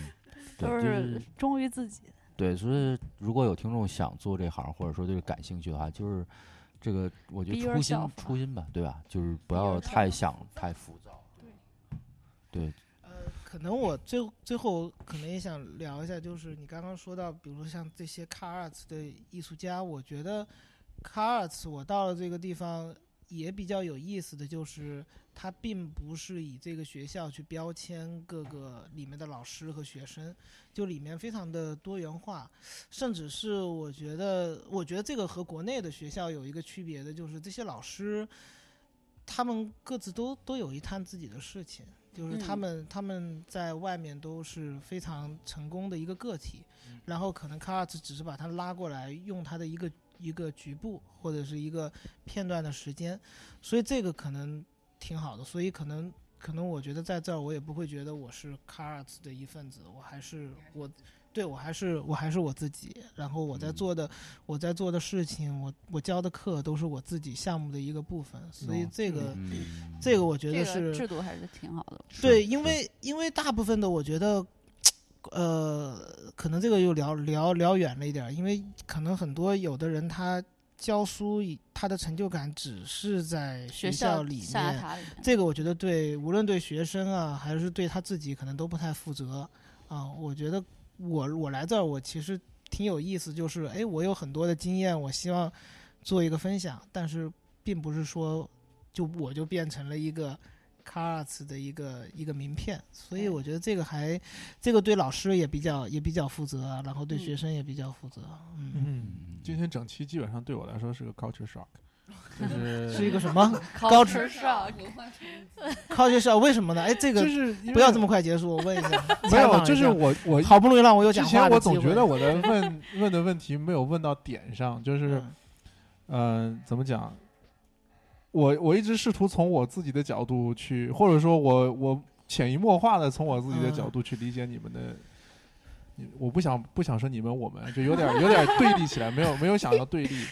都对就是是忠于自己的。对，所以如果有听众想做这行，或者说对这感兴趣的话，就是这个我觉得 Be 初心 yourself 初心吧，对吧？就是不要太想太浮躁。对，可能我最最后可能也想聊一下，就是你刚刚说到，比如说像这些 car arts 的艺术家，我觉得 car arts 我到了这个地方，也比较有意思的就是，它并不是以这个学校去标签各个里面的老师和学生，就里面非常的多元化，甚至是我觉得，我觉得这个和国内的学校有一个区别的就是，这些老师他们各自都都有一摊自己的事情，就是他嗯们、他们在外面都是非常成功的一个个体，然后可能 c a r t 只是把他拉过来，用他的一个一个局部或者是一个片段的时间，所以这个可能挺好的，所以可能。可能我觉得在这儿，我也不会觉得我是 c a r t 的一份子，我还是我，对我还是我还是我自己。然后我在做的、我在做的事情，我我教的课都是我自己项目的一个部分，所以哦这嗯个、嗯这个我觉这得个是制度还是挺好的对，因为因为大部分的我觉得，呃，可能这个又聊聊聊远了一点儿，因为可能很多有的人他教书以，他的成就感只是在学校校里象牙面塔里面这个我觉得对，无论对学生啊，还是对他自己，可能都不太负责啊。我觉得我我来这儿，我其实挺有意思，就是哎，我有很多的经验，我希望做一个分享，但是并不是说就我就变成了一个 c a r t 的一个一个名片，所以我觉得这个还这个对老师也比较也比较负责啊，然后对学生也比较负责，嗯嗯，今天整期基本上对我来说是个 culture shock，就是 是一个什么高职 shock 靠学校为什么呢？哎，这个就是，不要这么快结束，我问一下 没采有，访一就是下我我好不容易让我有讲之话前的我机会。总觉得我的问问的问题没有问到点上，就是，嗯，怎么讲？我我一直试图从我自己的角度去，或者说我我潜移默化的从我自己的嗯角度去理解你们的。你我不想不想说你们我们，就有点有点对立起来，没有没有想到 对立，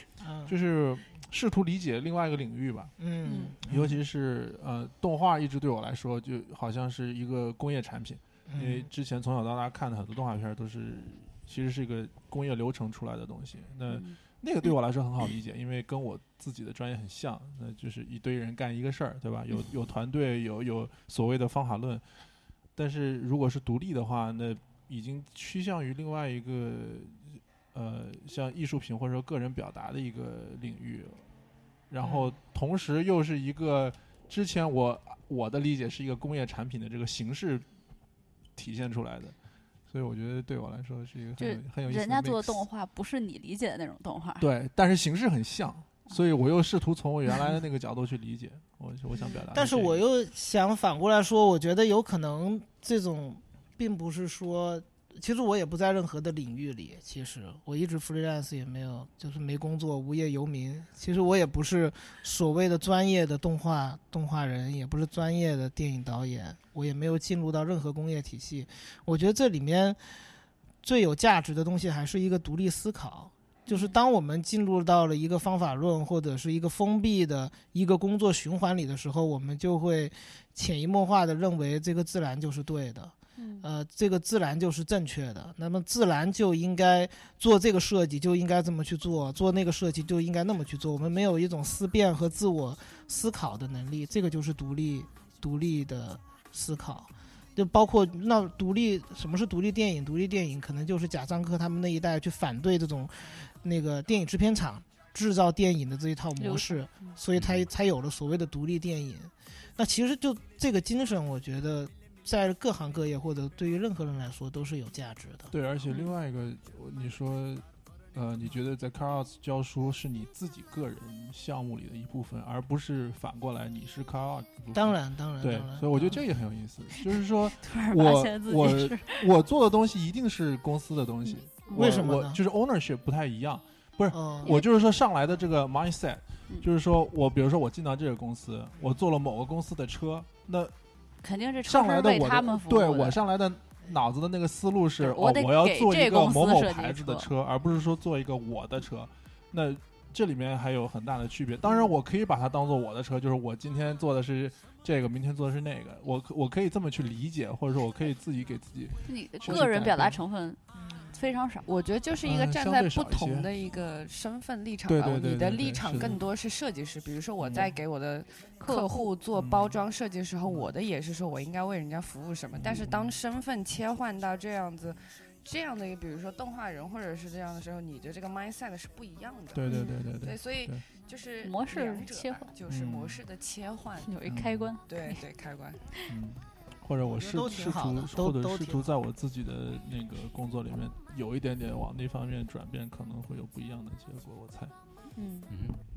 就是试图理解另外一个领域吧。嗯尤其是呃，动画一直对我来说就好像是一个工业产品，因为嗯之前从小到大看的很多动画片儿都是其实是一个工业流程出来的东西。那、嗯那个对我来说很好理解，因为跟我自己的专业很像，那就是一堆人干一个事儿，对吧？嗯有有团队，有有所谓的方法论。但是如果是独立的话，那已经趋向于另外一个呃，像艺术品或者说个人表达的一个领域，然后嗯同时又是一个之前我我的理解是一个工业产品的这个形式体现出来的，所以我觉得对我来说是一个就很有很有意思的人 mix。家做的动画不是你理解的那种动 画，对，但是形式很像，啊所以我又试图从我原来的那个角度去理解，我我想表达的这个。但是我又想反过来说，我觉得有可能这种并不是说，其实我也不在任何的领域里，其实我一直 freelance 也没有，就是没工作，无业游民。其实我也不是所谓的专业的动画动画人，也不是专业的电影导演，我也没有进入到任何工业体系。我觉得这里面最有价值的东西还是一个独立思考。就是当我们进入到了一个方法论或者是一个封闭的一个工作循环里的时候，我们就会潜移默化的认为这个自然就是对的，呃，这个自然就是正确的。那么自然就应该做这个设计，就应该这么去做；做那个设计就应该那么去做。我们没有一种思辨和自我思考的能力，这个就是独立独立的思考。就包括那独立，什么是独立电影？独立电影可能就是贾樟柯他们那一代去反对这种那个电影制片厂制造电影的这一套模式，所以才才有了所谓的独立电影。那其实就这个精神，我觉得在各行各业或者对于任何人来说都是有价值的。对，而且另外一个，我你说，呃，你觉得在 CarArts 教书是你自己个人项目里的一部分，而不是反过来你是 CarArts 一部分。当然当然对当然，所以我觉得这也很有意思，就是说突然发我现自己我是我做的东西一定是公司的东西，嗯我为什么我呢就是 ownership 不太一样，不是哦我就是说上来的这个 mindset，就是嗯说我比如说我进到这个公司，我做了某个公司的车，那肯定是上来车是的为我他们服务对的我上来的脑子的那个思路是，我哦得，我要给做这一个公司某某设计牌子的车车，而不是说做一个我的车。那这里面还有很大的区别。当然，我可以把它当做我的车，就是我今天做的是这个，明天做的是那个。我可我可以这么去理解，或者说我可以自己给自己就你的去个人改表达变成分非常少。 我觉得就是一个嗯站相在对不少一些同的一个身份立场对吧。对对你的对对立是场的更多是设计师，比如说我嗯在给我的客户做包装设计嗯时候，我的也是说我应该为人家服务什么。但是当身份切换到这样子，这样的一个，比如说动画人或者是这样的时候，你的这个 mindset 是不一样的。对对对对对对，所以对就是模式两者切吧换就是嗯模式的切换，有一开关对对，开关。嗯或者我我觉得试都挺试好的图，都或者都试挺图在我自己的那个工作里面有一点点往那方面转变，可能会有不一样的结果，我猜。嗯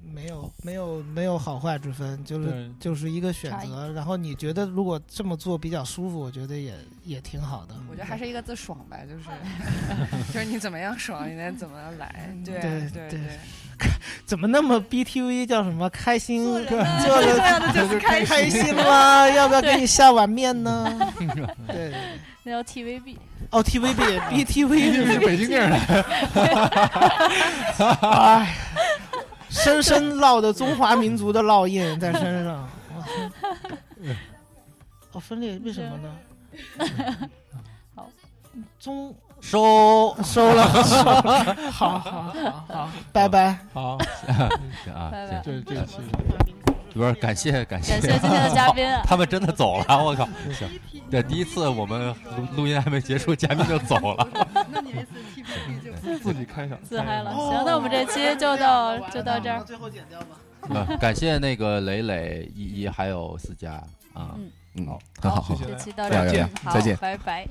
没有没有没有好坏之分，嗯就是对嗯就是一个选差异择。然后你觉得如果这么做比较舒服，我觉得也也挺好的。嗯我觉得还是一个字爽吧，就是 就是你怎么样爽，你得怎么样来。对对对对怎么那么 BTV 叫什么开心？ 做呢人啊最重要的就是开开心心 吗？要不要给对你下碗面呢？ 对，那叫 TVB。哦，TVB，BTV 一定是北京电视台哎，深深烙的中华民族的烙印 在身上。哇哦，分裂为什么呢？嗯好，中呃收收了， 好好好好，拜拜。好，行啊，拜行拜，这 这期不是感谢感谢感谢今天的嘉宾啊他们真的走了，我靠！行，对，第一次我们录录音还没结束，嘉宾就走 了。那你这次 T P P 就自自己开场，自嗨哦了。行，那我们这期就到就到这儿。最后剪掉吧。呃感谢那个磊磊、依依还有思佳啊嗯，嗯，好，好很好，好这期到这再儿见，好再见。拜拜。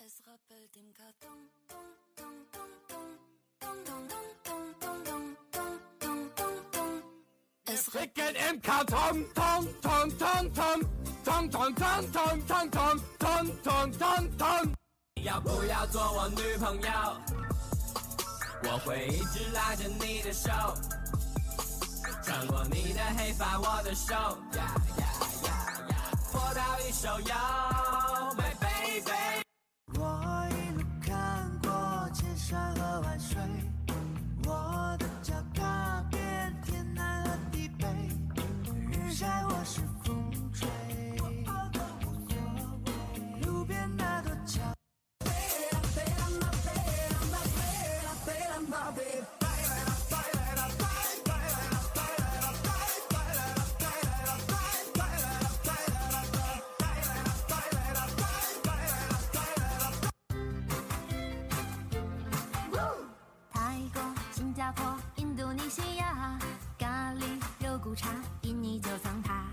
Elle se rappelle des m'ka dong, dong, dong, dong, dong, dong, dong, dong, dong, dong, dong, dong, dong, dong. Elle se rappelle- baby。我一路看过千山和万水，我的脚踏遍天南和地北，日晒或是风吹，我都无所谓。路边那朵蔷薇。泰国、新加坡、印度尼西亚，咖喱肉骨茶，印尼九层塔，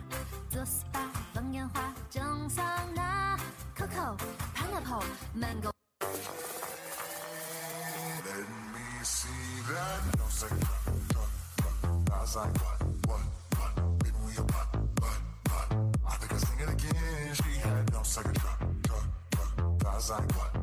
做 SPA 放烟花，蒸桑拿，Coco、Pineapple、Mango。 Let me see that. No second, I was like, what, what, what? Maybe we a butt, butt, butt. I think I sing it again. She had no second, I was like, what?